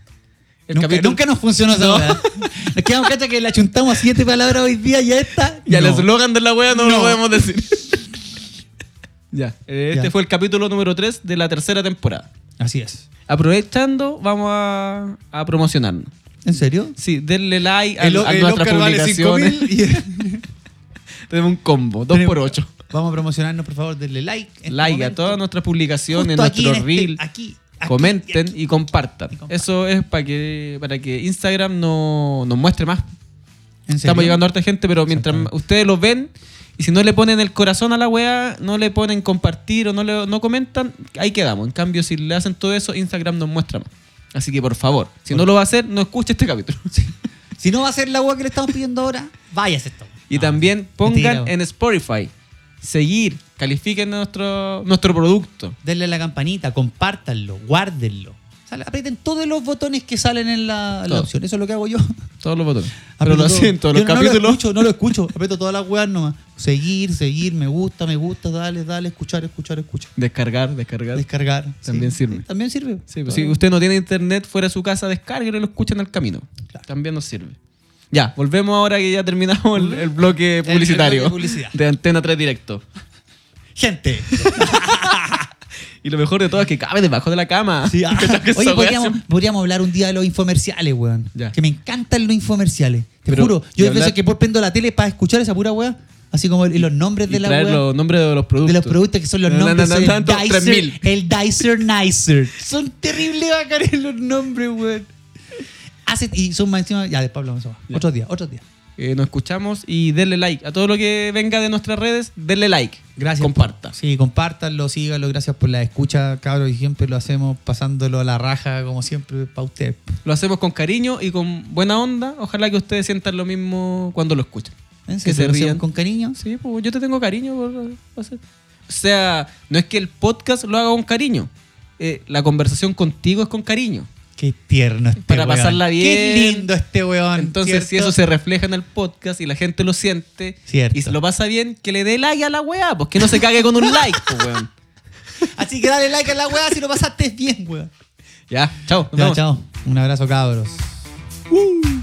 El
nunca,
capítulo-
nunca nos funcionó esa
<laughs> No.
weá. Nos quedamos cacha que le achuntamos siete palabras hoy día y a esta.
Ya
no.
el eslogan de la wea no,
No.
lo
<laughs>
podemos decir. ya. eh, Este
Ya.
fue el capítulo número 3 de la tercera temporada.
Así es.
Aprovechando, vamos a, a promocionarnos.
¿En serio?
Sí, denle like a,
El,
a
el
nuestras
Oscar vale
publicaciones. <laughs>
5.000 y-
Tenemos un combo, 2x8.
Vamos a promocionarnos, por favor, denle like. en este
Like a
momento.
todas nuestras publicaciones,
Justo aquí
nuestros
en este-
reels.
aquí, aquí,
comenten
aquí.
y compartan.
Y compartan.
Eso es para que para que Instagram no, nos muestre más.
¿En serio?
Estamos llegando a harta gente, pero mientras
Exactamente.
ustedes lo ven y si no le ponen el corazón a la wea, no le ponen compartir o no, le, no comentan, ahí quedamos. En cambio, si le hacen todo eso, Instagram nos muestra más. Así que por favor, si
Por-
no lo va a hacer, no escuche este capítulo.
Si no va a ser la agua que le estamos pidiendo ahora, váyase esto.
<laughs> y también
mentira,
pongan
weón.
en Spotify, seguir, califiquen nuestro, nuestro producto.
Denle a la campanita, compártanlo, guárdenlo. O sea, aprieten todos los botones que salen en la, en la
Todo.
opción. Eso es lo que hago yo. <laughs>
Todos los botones. Pero
Aprieto
lo
todo.
siento, los
Yo no- No lo
capítulos.
escucho, no lo escucho. Aprieto todas las weas nomás. Seguir, seguir, me gusta, me gusta, dale, dale, escuchar, escuchar, escuchar.
Descargar, descargar.
Descargar.
También
sí.
sirve.
También sirve.
Sí, pues, si usted no tiene internet fuera de su casa, descargue y lo escuchan al camino.
Claro.
También nos sirve. Ya, volvemos ahora que ya terminamos el, el bloque
bloque
publicitario
de publicidad.
de Antena 3 Directo.
Gente.
Y lo mejor de todo es que cabe debajo de la cama.
<laughs>
<laughs>
Sí, ah.
¿Cachai? Que esa
Oye,
wea
podríamos,
siempre-
podríamos hablar un día de los infomerciales, weón.
Ya.
Que me encantan los infomerciales. Te
Pero,
juro.
y
Yo a
hablar-
veces que por prendo la tele para escuchar esa pura weá. Así como el- y los nombres de
y
la
traer
weá.
los nombres de los
De
productos.
los productos que son los
Na, na,
nombres.
na,
son
na,
el,
tanto,
Dicer,
3000.
el Dicer Nicer. Son terribles bacanes los nombres, weón. Hace, y son más encima. Ya, después hablamos de eso. Otro día, otro día.
Eh, nos escuchamos y denle like. A todo lo que venga de nuestras redes, denle like.
Gracias.
Comparta.
por- sí, compártanlo, síganlo. Gracias por la escucha, cabros. Y siempre lo hacemos pasándolo a la raja, como siempre, para usted.
Lo hacemos con cariño y con buena onda. Ojalá que ustedes sientan lo mismo cuando lo escuchen.
¿Eh?
Que
Si
se
lo hacemos
rían.
con cariño.
Sí, pues yo te tengo cariño por hacer. O sea, no es que el podcast lo haga con cariño. Eh, la conversación contigo es con cariño.
Qué tierno este
Para
weón.
pasarla
Qué
bien.
lindo este weón.
Entonces, si
¿cierto?
eso se refleja en el podcast y la gente lo siente
Cierto.
y se lo pasa bien, que le dé like a la weá, pues que no se cague con un <laughs> like, pues, weón.
Así que dale like a la weá si lo pasaste bien, weón.
Ya, chao. nos
Ya,
vemos.
chao. Un abrazo, cabros.
Uh.